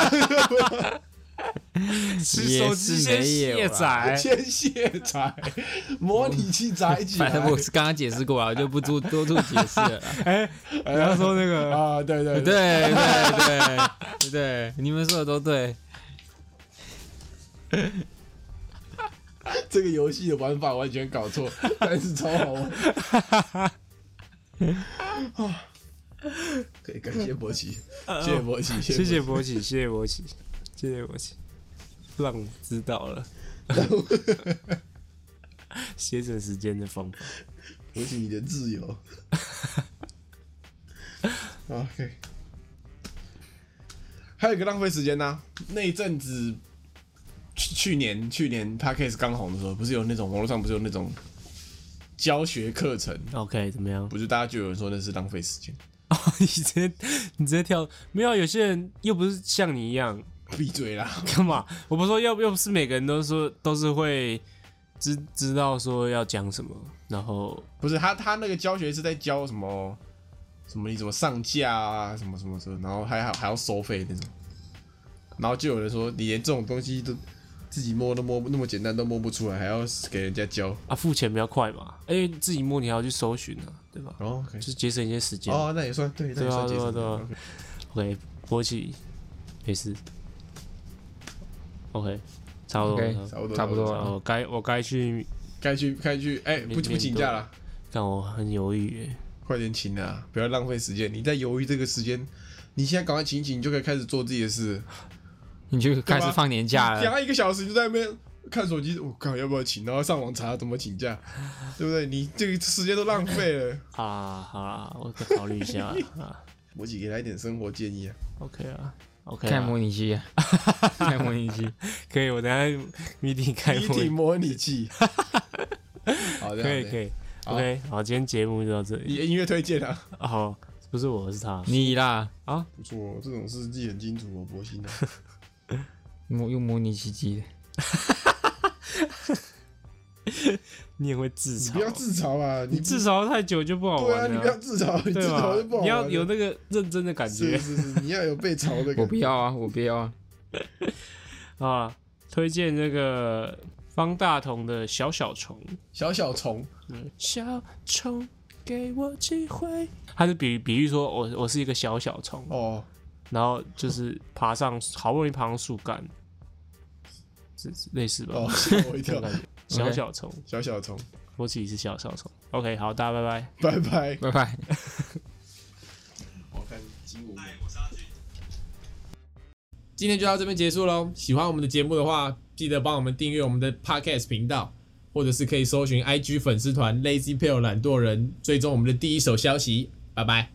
S2: 是手机
S3: 也
S2: 先
S3: 是没有
S2: 卸 载，
S4: 先卸载，模拟器载起来
S3: 反。正我是刚刚解释过啊了，我就不 多多做解释了。
S2: 哎，你要说那个
S4: 啊，对对
S3: 对对对对，你们说的都对。
S4: 这个游戏的玩法完全搞错，但是超好玩。啊，可以感谢博奇，谢谢博奇，
S2: 谢谢
S4: 博
S2: 博起，谢谢博起，谢谢博起，让我知道 了。 节省时间的方法，
S4: 博奇你的自由。啊 OK，还有一个浪费时间呢、啊那一阵子，去去年去年 p a c a s e 刚红的时候，不是有那种网络上不是有那种教学课程，
S2: OK，怎么样？
S4: 不是大家就有人说那是浪费时间，
S2: 哦， 你直接你直接跳，没有有些人又不是像你一样，
S4: 闭嘴啦！
S2: 干嘛？ 我不说要又不是每个人都说都是会知知道说要讲什么，然后
S4: 不是他他那个教学是在教什么什么你怎么上架啊，什么什么什么，然后还还还要收费那种，然后就有人说你连这种东西都自己摸都摸不那么简单都摸不出来，还要给人家教。
S2: 啊付钱比较快嘛，因为自己摸你还要去搜寻啊，对吧？
S4: 哦，OK，
S2: 就是节省一些时间。
S4: 哦，那也算对，那也算节省。
S2: 对啊
S4: OK
S2: 对 OK，勃起没事。OK，差不多
S3: OK，
S2: 了。
S4: 差不多，
S3: 差不多
S4: 了，
S2: 我该我该去，
S4: 该去该去，哎，不
S2: 明
S4: 不请假了，
S2: 但我很犹豫耶。
S4: 快点请啊，不要浪费时间。你在犹豫这个时间，你现在赶快请一请，你就可以开始做自己的事。
S3: 你就开始放年假
S4: 讲
S3: 了，
S4: 了一个小时就在那边看手机，我靠，要不要请？然后上网查怎么请假， 对不对？你这个时间都浪费了。
S2: 啊，好啦，我再考虑一 下啊。
S4: 我只给他一点生活建议啊，
S2: OK 啊，OK
S3: 看
S2: 啊，
S3: 模拟 器啊，看模拟器。
S2: 可以，我等一下 meeting 开
S4: 一体
S2: 会，
S4: 模拟器。 好的，
S2: 可以可
S4: 以。
S2: 以。
S4: 好
S2: OK，好，今天节目就到这
S4: 你
S2: 里。
S4: 音乐推荐啊？
S2: 好，不是我是他。
S3: 你啦，
S4: 不错哦，这种事记很清楚哦，博鑫 啊。
S3: 模用模拟器机的，
S2: 你也会自
S4: 你
S2: 嘲
S4: 不要，自嘲啊！
S2: 你
S4: 你
S2: 自嘲太久就不好
S4: 对啊，
S2: 玩
S4: 你不要
S2: 了，
S4: 自嘲，你自
S2: 对
S4: 嘲就不
S2: 吧？
S4: 好
S2: 你
S4: 玩
S2: 要
S4: 了
S2: 有那个认真的感
S4: 是
S2: 觉。
S4: 是是，你要有被嘲的
S3: 我
S4: 感
S3: 不
S4: 觉。
S3: 要啊，我不要啊。
S2: 啊，推荐那个方大同的《小小虫》。
S4: 小小虫，
S2: 小虫，给我机会。他是比比喻说我我是一个小小虫，
S4: 哦，
S2: 然后就是爬上好不容易爬上树干，是是类似吧？
S4: 哦，吓 我一
S2: 这
S4: 跳
S2: 种。感觉。小小虫，
S4: 小小虫，
S2: 我自己是小小虫。OK，好，大家拜拜。
S4: 拜拜。
S3: 拜拜。
S4: 我看金武。
S1: 今天就到这边结束喽。喜欢我们的节目的话，记得帮我们订阅我们的 Podcast 频道，或者是可以搜寻 IG 粉丝团 Lazy p a l e 懒惰人，追踪我们的第一手消息。拜拜。